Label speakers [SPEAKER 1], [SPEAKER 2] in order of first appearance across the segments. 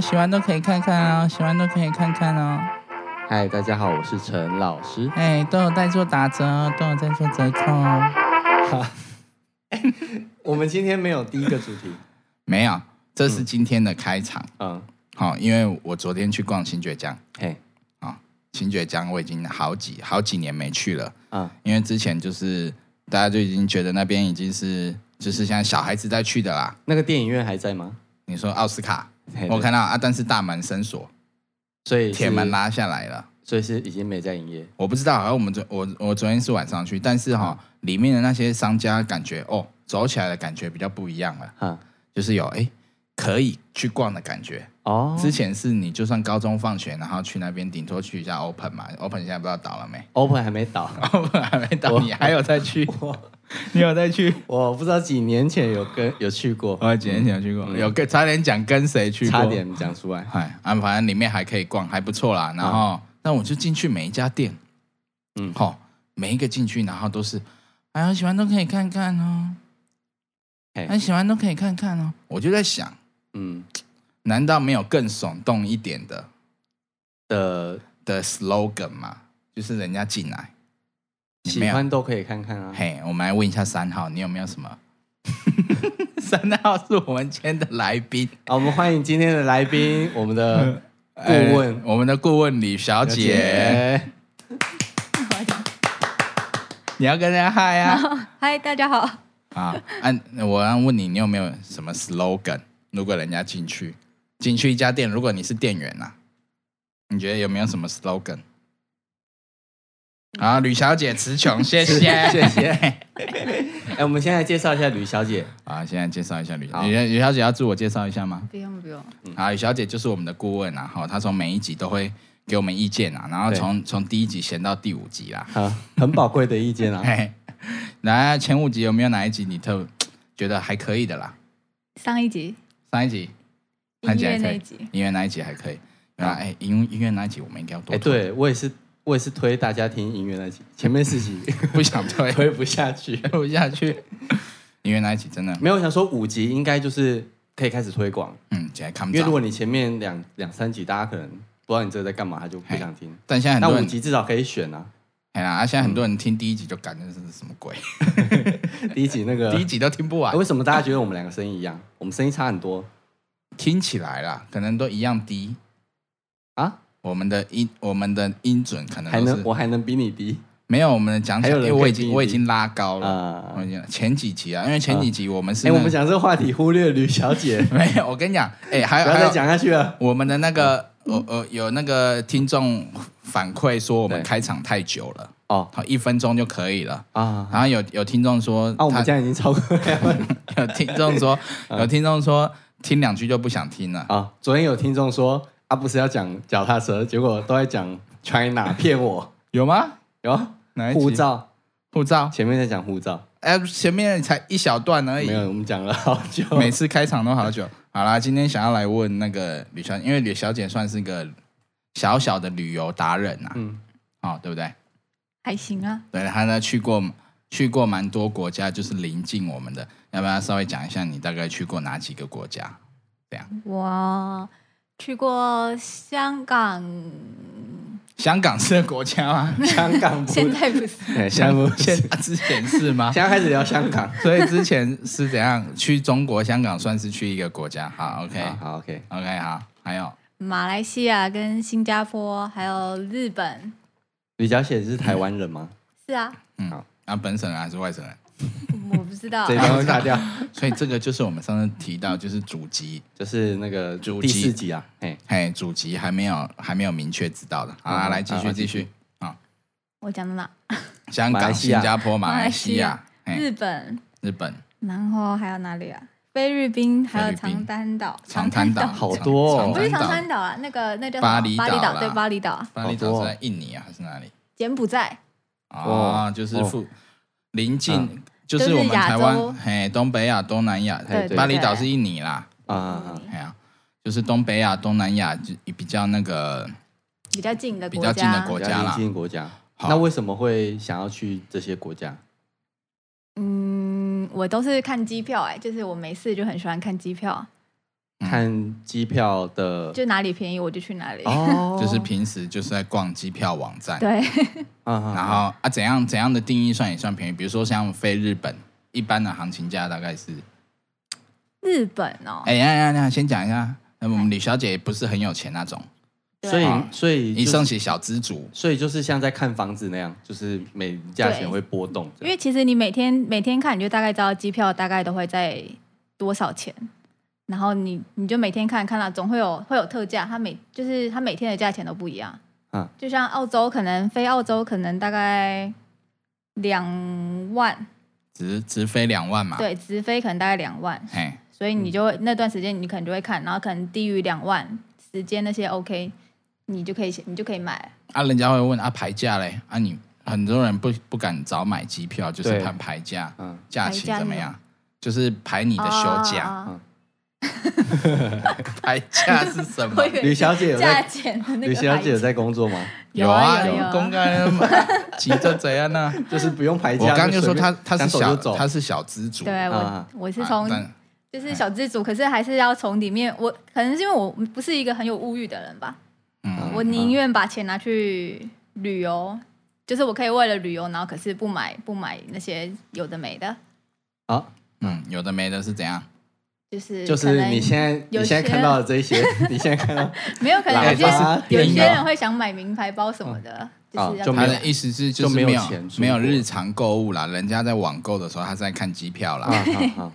[SPEAKER 1] 喜欢都可以看看啊，喜欢都可以看看啊。
[SPEAKER 2] 嗨，大家好，我是陈老 师。
[SPEAKER 1] 哎，都有在做打折，哦都有在做折扣哦。
[SPEAKER 2] 哎我们今天没有第一个主题，
[SPEAKER 3] 没
[SPEAKER 4] 嗯
[SPEAKER 3] 有，这是今天的开场。
[SPEAKER 2] 嗯，
[SPEAKER 3] 好、因为我昨天去逛新爵江
[SPEAKER 2] 嘿，
[SPEAKER 3] 啊、新爵江我已经好几好几年没去了，
[SPEAKER 2] 嗯，
[SPEAKER 3] 因为之前就是大家就已经觉得那边已经是就是像小孩子在去的啦。
[SPEAKER 2] 那个电影院还在吗？
[SPEAKER 3] 你说奥斯卡，
[SPEAKER 1] 嗯
[SPEAKER 2] 嘿
[SPEAKER 3] 我，看到啊，但是大门深锁，
[SPEAKER 2] 对所以是
[SPEAKER 3] 铁门，拉下来了。
[SPEAKER 2] 所以是已经没在营业。
[SPEAKER 3] 我不知道，好像我们昨我我昨天是晚上去，但是哈、里面的那些商家感觉哦，走起来的感觉比较不一样了，
[SPEAKER 2] 哈，
[SPEAKER 3] 就是有哎可以去逛的感觉。
[SPEAKER 2] 哦，
[SPEAKER 3] 之前是你就算高中放学，然后去那边顶多去一下 Open 嘛，Open 现在不知道倒了没
[SPEAKER 2] OPPO 还没 倒，
[SPEAKER 3] ？Open 还没倒，你还有再去？你有再去？
[SPEAKER 2] 我不知道几年前有跟有去过，
[SPEAKER 3] 我几年前有去过，有跟差点讲跟谁去过，
[SPEAKER 2] 差。点讲出来。
[SPEAKER 3] 哎，啊，反正里面还可以逛，还不错啦。然后，那、我就进去每一家店，
[SPEAKER 2] 嗯
[SPEAKER 3] 嗯，好，每一个进去，然后都是，哎呀，喜欢都可以看看哦，
[SPEAKER 2] 嘿
[SPEAKER 3] 哎，喜欢都可以看看哦。我就在想，
[SPEAKER 2] 嗯
[SPEAKER 3] 难道没有更耸动一点的
[SPEAKER 2] 的，
[SPEAKER 3] 的 slogan 吗？就是人家进来，你没
[SPEAKER 2] 喜
[SPEAKER 3] 有
[SPEAKER 2] 欢都可以看看啊。
[SPEAKER 3] 嘿，我们来问一下三号，你有没有什么？ 三号是我们今天的来宾
[SPEAKER 2] 好，我们欢迎今天的来宾，我们 的顾问
[SPEAKER 3] 呃我们的顾问李小姐，
[SPEAKER 2] 姐。
[SPEAKER 3] 你要跟大家嗨啊！
[SPEAKER 4] 嗨，大家好。
[SPEAKER 3] 啊，按、我要问你，你有没有什么 slogan？如果人家进去进去一家店，如果你是店员啊，你觉得有没有什么 slogan？啊，吕小姐词穷，谢 谢谢 谢。
[SPEAKER 2] 哎，我们先来介绍一下吕小姐。
[SPEAKER 3] 啊，现在介绍一下吕
[SPEAKER 2] 好
[SPEAKER 3] 吕吕小姐，要自我介绍一下吗？
[SPEAKER 4] 不用不用，
[SPEAKER 3] 啊，雨小姐就是我们的顾问啊，哈，她从每一集都会给我们意见啊，然后
[SPEAKER 2] 对
[SPEAKER 3] 从从第一集闲到第五集啦。
[SPEAKER 2] 好，很宝贵的意见啊。
[SPEAKER 3] 嘿， 来前五集有没有哪一集你特觉得还可以的啦？
[SPEAKER 4] 上一集
[SPEAKER 3] 上一集，上一
[SPEAKER 4] 音
[SPEAKER 3] 集
[SPEAKER 4] 乐
[SPEAKER 3] 还可
[SPEAKER 4] 那一
[SPEAKER 3] 以，
[SPEAKER 4] 集，
[SPEAKER 3] 音乐那一集还可以。啊，哎，音音乐那一集我们应该要
[SPEAKER 2] 哎、
[SPEAKER 3] 多推，
[SPEAKER 2] 对我也是，我也是推大家听音乐那集，前面 四集
[SPEAKER 3] 不想推，
[SPEAKER 2] 推不下去。
[SPEAKER 3] 推不下去。音乐那一集真的，
[SPEAKER 2] 没有，我想说五集应该就是可以开始推广，
[SPEAKER 3] 嗯，起来看
[SPEAKER 2] 因
[SPEAKER 3] 不
[SPEAKER 2] 为如
[SPEAKER 3] 着。
[SPEAKER 2] 果你前面两两三集大家可能不知道你这个在干嘛，他就不想听。
[SPEAKER 3] 但现在很
[SPEAKER 2] 那
[SPEAKER 3] 多
[SPEAKER 2] 五
[SPEAKER 3] 人，
[SPEAKER 2] 集嗯至少可以 选啊，
[SPEAKER 3] 哎呀，啊现在很多人听第一集就感觉是什么鬼，
[SPEAKER 2] 第一集那个
[SPEAKER 3] 第一集都听不完
[SPEAKER 2] 哎。为什么大家觉得我们两个声音一样？我们声音差很多
[SPEAKER 3] 听起来啦，可能都一样低，
[SPEAKER 2] 啊？
[SPEAKER 3] 我们的音我们的音准可能
[SPEAKER 2] 还
[SPEAKER 3] 都
[SPEAKER 2] 能
[SPEAKER 3] 是
[SPEAKER 2] 我还能比你低
[SPEAKER 3] 没有我们的讲
[SPEAKER 2] 还
[SPEAKER 3] 解，
[SPEAKER 2] 有
[SPEAKER 3] 因
[SPEAKER 2] 人
[SPEAKER 3] 为我
[SPEAKER 2] 可以
[SPEAKER 3] 已
[SPEAKER 2] 比
[SPEAKER 3] 经
[SPEAKER 2] 你
[SPEAKER 3] 我已经拉高了。
[SPEAKER 2] 啊
[SPEAKER 3] 我？已经前几集啊，因为前几集我们是
[SPEAKER 2] 哎、
[SPEAKER 3] 那
[SPEAKER 2] 我们讲这个话题忽略吕小姐，
[SPEAKER 3] 没有，我跟你讲，哎，还
[SPEAKER 2] 不
[SPEAKER 3] 有
[SPEAKER 2] 要
[SPEAKER 3] 还
[SPEAKER 2] 再
[SPEAKER 3] 有
[SPEAKER 2] 讲下嗯去了。
[SPEAKER 3] 我们的那个呃呃有那个听众反馈说我们
[SPEAKER 2] 对
[SPEAKER 3] 开场太久了，
[SPEAKER 2] 哦
[SPEAKER 3] 好一分钟就可以了。
[SPEAKER 2] 啊，
[SPEAKER 3] 然后有有听众说
[SPEAKER 2] 啊，我们啊
[SPEAKER 3] 他
[SPEAKER 2] 这样已经超过两万
[SPEAKER 3] 有听众 说有听众说听两句就不想听了，
[SPEAKER 2] 啊，昨天有听众说啊，不是要讲脚踏车，结果都在讲 China 骗我，
[SPEAKER 3] 有吗？
[SPEAKER 2] 有啊
[SPEAKER 3] 哪一集
[SPEAKER 2] 护照，
[SPEAKER 3] 护照？
[SPEAKER 2] 前面在讲护照，
[SPEAKER 3] 哎，前面才一小段而已
[SPEAKER 2] 没。有，我们讲了好久。
[SPEAKER 3] 每次开场都好久。好啦，今天想要来问那个吕小姐，因为吕小姐算是个小小的旅游达人呐、
[SPEAKER 2] 嗯，
[SPEAKER 3] 哦，对不对？
[SPEAKER 4] 还行啊。
[SPEAKER 3] 对，她呢去过去过蛮多国家，就是临近我们的。要不要稍微讲一下你大概去过哪几个国家？
[SPEAKER 4] 我去过香港，
[SPEAKER 3] 香港是个国家吗？
[SPEAKER 2] 香港不，
[SPEAKER 4] 现在不是
[SPEAKER 2] 哎香港 不，
[SPEAKER 3] 现
[SPEAKER 2] 现
[SPEAKER 3] 啊之前是吗？
[SPEAKER 2] 在开始聊香港。
[SPEAKER 3] 所以之前是怎样去中国、香港算是去一个国家？好，OK，OK，、
[SPEAKER 2] 啊好好，OK，
[SPEAKER 3] 好，还有
[SPEAKER 4] 马来西亚、跟新加坡，还有日本。
[SPEAKER 2] 吕小姐是台湾人吗？
[SPEAKER 4] 是啊，
[SPEAKER 3] 啊，本省人还是外省人？
[SPEAKER 4] 我不知
[SPEAKER 3] 嗯
[SPEAKER 4] 道
[SPEAKER 2] 这一。段会卡 掉，
[SPEAKER 3] 所以这个就是我们上次提到，就是祖籍
[SPEAKER 2] 就是那个
[SPEAKER 3] 主
[SPEAKER 2] 第
[SPEAKER 3] 机
[SPEAKER 2] 四集啊，哎，
[SPEAKER 3] 嘿，主题还没有还没有明确知道的。好
[SPEAKER 2] 嗯
[SPEAKER 3] 啦，
[SPEAKER 2] 好
[SPEAKER 3] 来继
[SPEAKER 2] 好
[SPEAKER 3] 续继
[SPEAKER 2] 继续
[SPEAKER 3] 续。
[SPEAKER 4] 我讲到哪？
[SPEAKER 3] 香
[SPEAKER 2] 马
[SPEAKER 3] 港、
[SPEAKER 2] 来西亚
[SPEAKER 3] 新加坡、马
[SPEAKER 4] 马
[SPEAKER 3] 来
[SPEAKER 4] 来
[SPEAKER 3] 西
[SPEAKER 4] 西亚嗯
[SPEAKER 3] 亚、嘿
[SPEAKER 4] 日本，
[SPEAKER 3] 日本、
[SPEAKER 4] 然后还有哪里啊？菲律宾，还有
[SPEAKER 3] 菲律宾
[SPEAKER 4] 长滩岛。
[SPEAKER 3] 长滩岛，
[SPEAKER 2] 好
[SPEAKER 3] 长
[SPEAKER 2] 多哦
[SPEAKER 4] 不是
[SPEAKER 3] 长
[SPEAKER 4] 长
[SPEAKER 3] 滩
[SPEAKER 4] 滩
[SPEAKER 3] 岛，
[SPEAKER 4] 岛啊，那个那叫什么
[SPEAKER 3] 巴厘岛
[SPEAKER 4] 巴厘
[SPEAKER 3] 啦
[SPEAKER 4] 岛，对，巴厘岛，
[SPEAKER 3] 巴厘
[SPEAKER 2] 好
[SPEAKER 3] 岛是
[SPEAKER 2] 多哦
[SPEAKER 3] 在印尼啊，还是哪里？
[SPEAKER 4] 柬埔寨。
[SPEAKER 3] 哦，就是
[SPEAKER 2] 哦嗯
[SPEAKER 3] 附临近，就
[SPEAKER 4] 就是是
[SPEAKER 3] 我们
[SPEAKER 4] 亚
[SPEAKER 3] 台
[SPEAKER 4] 洲
[SPEAKER 3] 湾，嘿，东北亚、东南亚，
[SPEAKER 2] 对对
[SPEAKER 3] 巴厘岛是印尼啦，
[SPEAKER 2] 啊啊，
[SPEAKER 4] 嗯
[SPEAKER 3] 哎呀，就是东北亚、东南亚就比较那个
[SPEAKER 4] 比较近的
[SPEAKER 3] 比
[SPEAKER 4] 国
[SPEAKER 3] 较
[SPEAKER 4] 家，
[SPEAKER 3] 近的国
[SPEAKER 2] 国
[SPEAKER 3] 家
[SPEAKER 2] 家
[SPEAKER 3] 啦
[SPEAKER 2] 临近国家。
[SPEAKER 3] 好
[SPEAKER 2] 那为什么会想要去这些国家？
[SPEAKER 4] 嗯，我都是看机票哎、就是我没事就很喜欢看机票，
[SPEAKER 2] 看机票的
[SPEAKER 4] 就哪里便宜我就去哪里。
[SPEAKER 2] 哦
[SPEAKER 3] 就是平时就是在逛机票网站，
[SPEAKER 4] 对，
[SPEAKER 2] 啊啊
[SPEAKER 3] 然后啊怎样怎样的定义算也算便宜？比如说像飞日本，一般的行情价大概是，
[SPEAKER 4] 日本哦，
[SPEAKER 2] 啊
[SPEAKER 3] 哎呀呀呀，先讲一下，那我们李小姐也不是很有钱那种，
[SPEAKER 4] 对
[SPEAKER 2] 所以
[SPEAKER 3] 啊
[SPEAKER 2] 所以
[SPEAKER 3] 一
[SPEAKER 2] 就
[SPEAKER 3] 生
[SPEAKER 2] 是
[SPEAKER 3] 起小资族，
[SPEAKER 2] 所以就是像在看房子那样，就是每价钱会波动这
[SPEAKER 4] 因
[SPEAKER 2] 样，
[SPEAKER 4] 为其实你每天每天看，你就大概知道机票大概都会在多少钱，然后你你就每天看看到、总会有会有特价，它每就是它每天的价钱都不一样。
[SPEAKER 2] 嗯
[SPEAKER 4] 就像澳洲可能飞澳洲可能大概两万，
[SPEAKER 3] 直直飞两万
[SPEAKER 2] 啊
[SPEAKER 3] 嘛，，
[SPEAKER 4] 对，直飞可能大概两万，
[SPEAKER 3] 哎，
[SPEAKER 4] 所以你就会那段时间你可能就会看，然后可能低于两万时间那些 OK，你就可以你就可以买。
[SPEAKER 3] 啊人家会问啊排价嘞，啊你很多人不不敢早买机票，就是
[SPEAKER 2] 对
[SPEAKER 3] 看排价，
[SPEAKER 2] 嗯，
[SPEAKER 3] 假期
[SPEAKER 4] 排价
[SPEAKER 3] 怎么样？就是排你的休假，
[SPEAKER 4] 哦哦
[SPEAKER 3] 排假是什
[SPEAKER 4] 哦
[SPEAKER 3] 么
[SPEAKER 4] 我？以为
[SPEAKER 2] 吕小姐有
[SPEAKER 4] 价
[SPEAKER 2] 在
[SPEAKER 4] 钱的那个
[SPEAKER 2] 吕小
[SPEAKER 4] 排
[SPEAKER 2] 姐有
[SPEAKER 4] 价
[SPEAKER 2] 在工作吗？
[SPEAKER 4] 有
[SPEAKER 3] 啊
[SPEAKER 4] 啊
[SPEAKER 3] 有
[SPEAKER 4] 有啊
[SPEAKER 3] 公干嘛， 急着怎样呢？
[SPEAKER 2] 就是不用排价，
[SPEAKER 3] 我刚刚就说
[SPEAKER 2] 随便
[SPEAKER 3] 他他是
[SPEAKER 2] 想走就
[SPEAKER 3] 小
[SPEAKER 2] 走，
[SPEAKER 3] 他是小资族，
[SPEAKER 4] 对我、
[SPEAKER 2] 啊
[SPEAKER 4] 我是
[SPEAKER 3] 啊哎
[SPEAKER 4] 从、
[SPEAKER 3] 但
[SPEAKER 4] 就是小资主，可是还是要从里面，我可能是因为我不是一个很有物欲的人吧，
[SPEAKER 2] 呃
[SPEAKER 3] 嗯
[SPEAKER 4] 我宁愿把钱拿去旅游，就是我可以为了旅游，然后可是不买不买那些有的没的，
[SPEAKER 2] 啊，
[SPEAKER 3] 嗯，有的没的是怎样？
[SPEAKER 4] 就是
[SPEAKER 2] 就
[SPEAKER 4] 可
[SPEAKER 2] 是
[SPEAKER 4] 能
[SPEAKER 2] 你现在
[SPEAKER 4] 有
[SPEAKER 2] 你现在
[SPEAKER 4] 些
[SPEAKER 2] 看到的这 些，你现在看到
[SPEAKER 4] 没有可能
[SPEAKER 2] 喇
[SPEAKER 4] 有些
[SPEAKER 2] 叭
[SPEAKER 4] 有
[SPEAKER 3] 电
[SPEAKER 4] 些
[SPEAKER 3] 脑
[SPEAKER 4] 人会想买名牌包什么的，
[SPEAKER 2] 啊
[SPEAKER 4] 就是要
[SPEAKER 2] 就没
[SPEAKER 3] 他
[SPEAKER 2] 有
[SPEAKER 3] 的意思是
[SPEAKER 2] 就
[SPEAKER 3] 哦没
[SPEAKER 2] 没有
[SPEAKER 3] 有
[SPEAKER 2] 钱出
[SPEAKER 3] 没有
[SPEAKER 2] 国
[SPEAKER 3] 日常购物啦，人家在网购的时候他是在看机票
[SPEAKER 2] 啊
[SPEAKER 3] 啦，
[SPEAKER 2] 啊啊，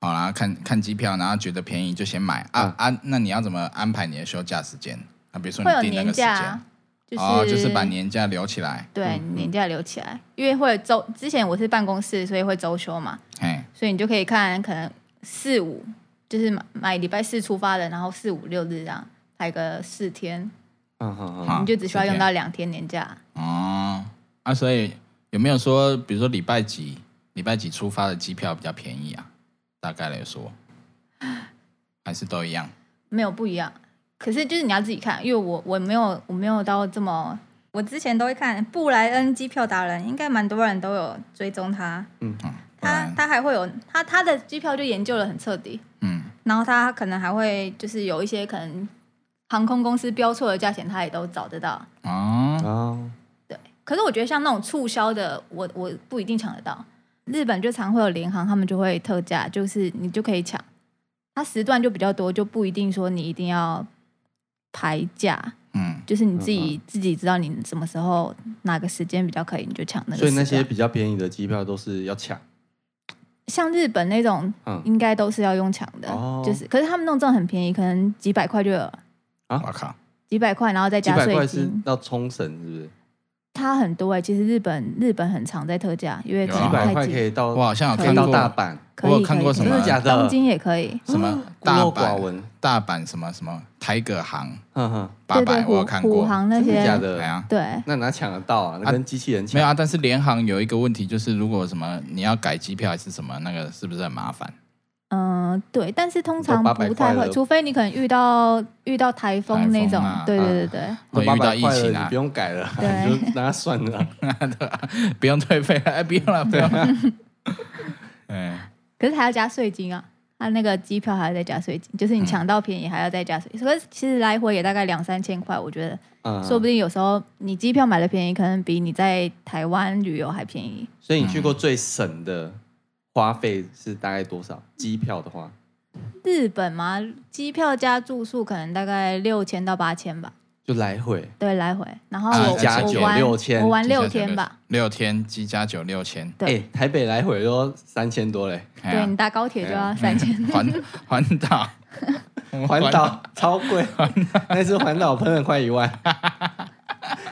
[SPEAKER 3] 好啦，看看机票，然后觉得便宜就先买啊啊，那你要怎么安排你的休假时间啊？比如说
[SPEAKER 4] 会有
[SPEAKER 3] 你定那
[SPEAKER 4] 年
[SPEAKER 3] 个时
[SPEAKER 4] 假
[SPEAKER 3] 间
[SPEAKER 4] 啊，，就是、
[SPEAKER 3] 哦，就是把年假留起来，
[SPEAKER 4] 对
[SPEAKER 2] 嗯嗯
[SPEAKER 4] 年假留起来，因为会有周之前我是办公室，所以会周休嘛，
[SPEAKER 3] 嘿，
[SPEAKER 4] 所以你就可以看可能四五，就是买买礼拜四出发的，然后四五六日这样排个四天，
[SPEAKER 2] 啊啊
[SPEAKER 3] 啊
[SPEAKER 2] 啊，
[SPEAKER 4] 你就只需要用
[SPEAKER 3] 四天
[SPEAKER 4] 到两天年假。
[SPEAKER 3] 哦啊，所以有没有说，比如说礼拜几礼拜几出发的机票比较便宜啊？大概来说，还是都一样。
[SPEAKER 4] 没有不一样。可是就是你要自己看，因为我我没有我没有到这么，我之前都会看布莱恩机票达人，应该蛮多人都有追踪他，
[SPEAKER 3] 嗯，不
[SPEAKER 4] 他
[SPEAKER 3] 然
[SPEAKER 4] 他还会有他他的机票就研究的很彻底，
[SPEAKER 3] 嗯，
[SPEAKER 4] 然后他可能还会就是有一些可能航空公司标错的价钱，他也都找得到。
[SPEAKER 3] 哦，
[SPEAKER 2] 哦
[SPEAKER 4] 可是我觉得像那种促销的，我我不一定抢得到。日本就常会有联航，他们就会特价，就是你就可以抢。它时段就比较多，就不一定说你一定要排价，
[SPEAKER 3] 嗯，
[SPEAKER 4] 就是你自己、自己知道你什么时候哪个时间比较可以，你就抢那个时
[SPEAKER 2] 所以
[SPEAKER 4] 段。
[SPEAKER 2] 那些比较便宜的机票都是要抢，
[SPEAKER 4] 像日本那种，
[SPEAKER 2] 嗯
[SPEAKER 4] 应该都是要用抢的，
[SPEAKER 2] 哦
[SPEAKER 4] 就是可是他们弄这种很便宜，可能几百块就有了，
[SPEAKER 2] 啊
[SPEAKER 3] 我靠，
[SPEAKER 4] 几百块，然后再
[SPEAKER 2] 几
[SPEAKER 4] 加
[SPEAKER 2] 百
[SPEAKER 4] 税
[SPEAKER 2] 块是
[SPEAKER 4] 金。
[SPEAKER 2] 到冲绳是不是？
[SPEAKER 4] 它很多哎、其实日本日本很常在特价，因为
[SPEAKER 3] 有
[SPEAKER 4] 几
[SPEAKER 3] 啊
[SPEAKER 2] 几百
[SPEAKER 4] 太
[SPEAKER 2] 块
[SPEAKER 4] 近
[SPEAKER 2] 可以到
[SPEAKER 3] 我好像有
[SPEAKER 2] 可
[SPEAKER 3] 看
[SPEAKER 2] 以到
[SPEAKER 3] 过
[SPEAKER 2] 大阪，
[SPEAKER 4] 可
[SPEAKER 3] 我有
[SPEAKER 4] 以
[SPEAKER 3] 看过
[SPEAKER 4] 可以
[SPEAKER 3] 什
[SPEAKER 2] 真
[SPEAKER 3] 么
[SPEAKER 2] 的假的？
[SPEAKER 4] 东京也可以，
[SPEAKER 3] 什么
[SPEAKER 2] 孤
[SPEAKER 3] 大
[SPEAKER 2] 陋寡
[SPEAKER 3] 阪
[SPEAKER 2] 闻，嗯
[SPEAKER 3] 大阪什么什么台格行
[SPEAKER 2] 哼哼，
[SPEAKER 3] 八
[SPEAKER 4] 对对
[SPEAKER 3] 百，
[SPEAKER 4] 虎
[SPEAKER 3] 我有看
[SPEAKER 4] 虎
[SPEAKER 3] 过，
[SPEAKER 4] 航那
[SPEAKER 2] 真的假
[SPEAKER 4] 些，
[SPEAKER 2] 的
[SPEAKER 3] 哎？呀，
[SPEAKER 4] 对
[SPEAKER 2] 那哪抢得到啊？那跟机器人
[SPEAKER 3] 没有
[SPEAKER 2] 抢
[SPEAKER 3] 啊，但是联航有一个问题就是，如果什么你要改机票还是什么，那个是不是很麻烦？
[SPEAKER 4] 嗯、对，但是通常
[SPEAKER 2] 都800
[SPEAKER 4] 不太
[SPEAKER 2] 块
[SPEAKER 4] 会，
[SPEAKER 2] 了
[SPEAKER 4] 除非你可能遇到遇到台风那
[SPEAKER 3] 台
[SPEAKER 4] 种，
[SPEAKER 3] 风啊
[SPEAKER 4] 对对对
[SPEAKER 2] 啊
[SPEAKER 4] 对，
[SPEAKER 3] 会
[SPEAKER 2] 八
[SPEAKER 3] 遇到
[SPEAKER 2] 百
[SPEAKER 3] 疫
[SPEAKER 2] 块
[SPEAKER 3] 情
[SPEAKER 2] 了，你
[SPEAKER 3] 啊
[SPEAKER 2] 不，用改了啊，
[SPEAKER 4] 对
[SPEAKER 2] 你就拿它算了啊。
[SPEAKER 3] 不用退费 了，哎，不用了，不用了。 哎，
[SPEAKER 4] 可是还要加税金啊，它那个机票还要再加税金，
[SPEAKER 3] 嗯
[SPEAKER 4] 就是你抢到便宜还要再加税金，可是其实来回也大概两三千块，我觉得，
[SPEAKER 2] 嗯
[SPEAKER 4] 说不定有时候你机票买的便宜，可能比你在台湾旅游还便宜。
[SPEAKER 2] 所以你去过最省的花费是大概多少？机票的话，
[SPEAKER 4] 日本嘛，机票加住宿可能大概六千到八千吧，
[SPEAKER 2] 就来回
[SPEAKER 4] 对，来回。然后
[SPEAKER 3] 啊
[SPEAKER 4] 我、
[SPEAKER 3] 加
[SPEAKER 4] 我
[SPEAKER 3] 九
[SPEAKER 4] 玩
[SPEAKER 2] 6000
[SPEAKER 4] 我玩
[SPEAKER 3] 机加
[SPEAKER 4] 六
[SPEAKER 3] 酒
[SPEAKER 4] 天吧，，
[SPEAKER 3] 六天机加酒六千，
[SPEAKER 4] 对
[SPEAKER 2] 哎台北来回都三千多 嘞，
[SPEAKER 3] 哎
[SPEAKER 4] 对
[SPEAKER 3] 呀
[SPEAKER 4] 你搭高铁就要
[SPEAKER 3] 嗯
[SPEAKER 4] 三千。
[SPEAKER 3] 环环岛，
[SPEAKER 2] 环岛超贵，那次环岛喷了快 一万，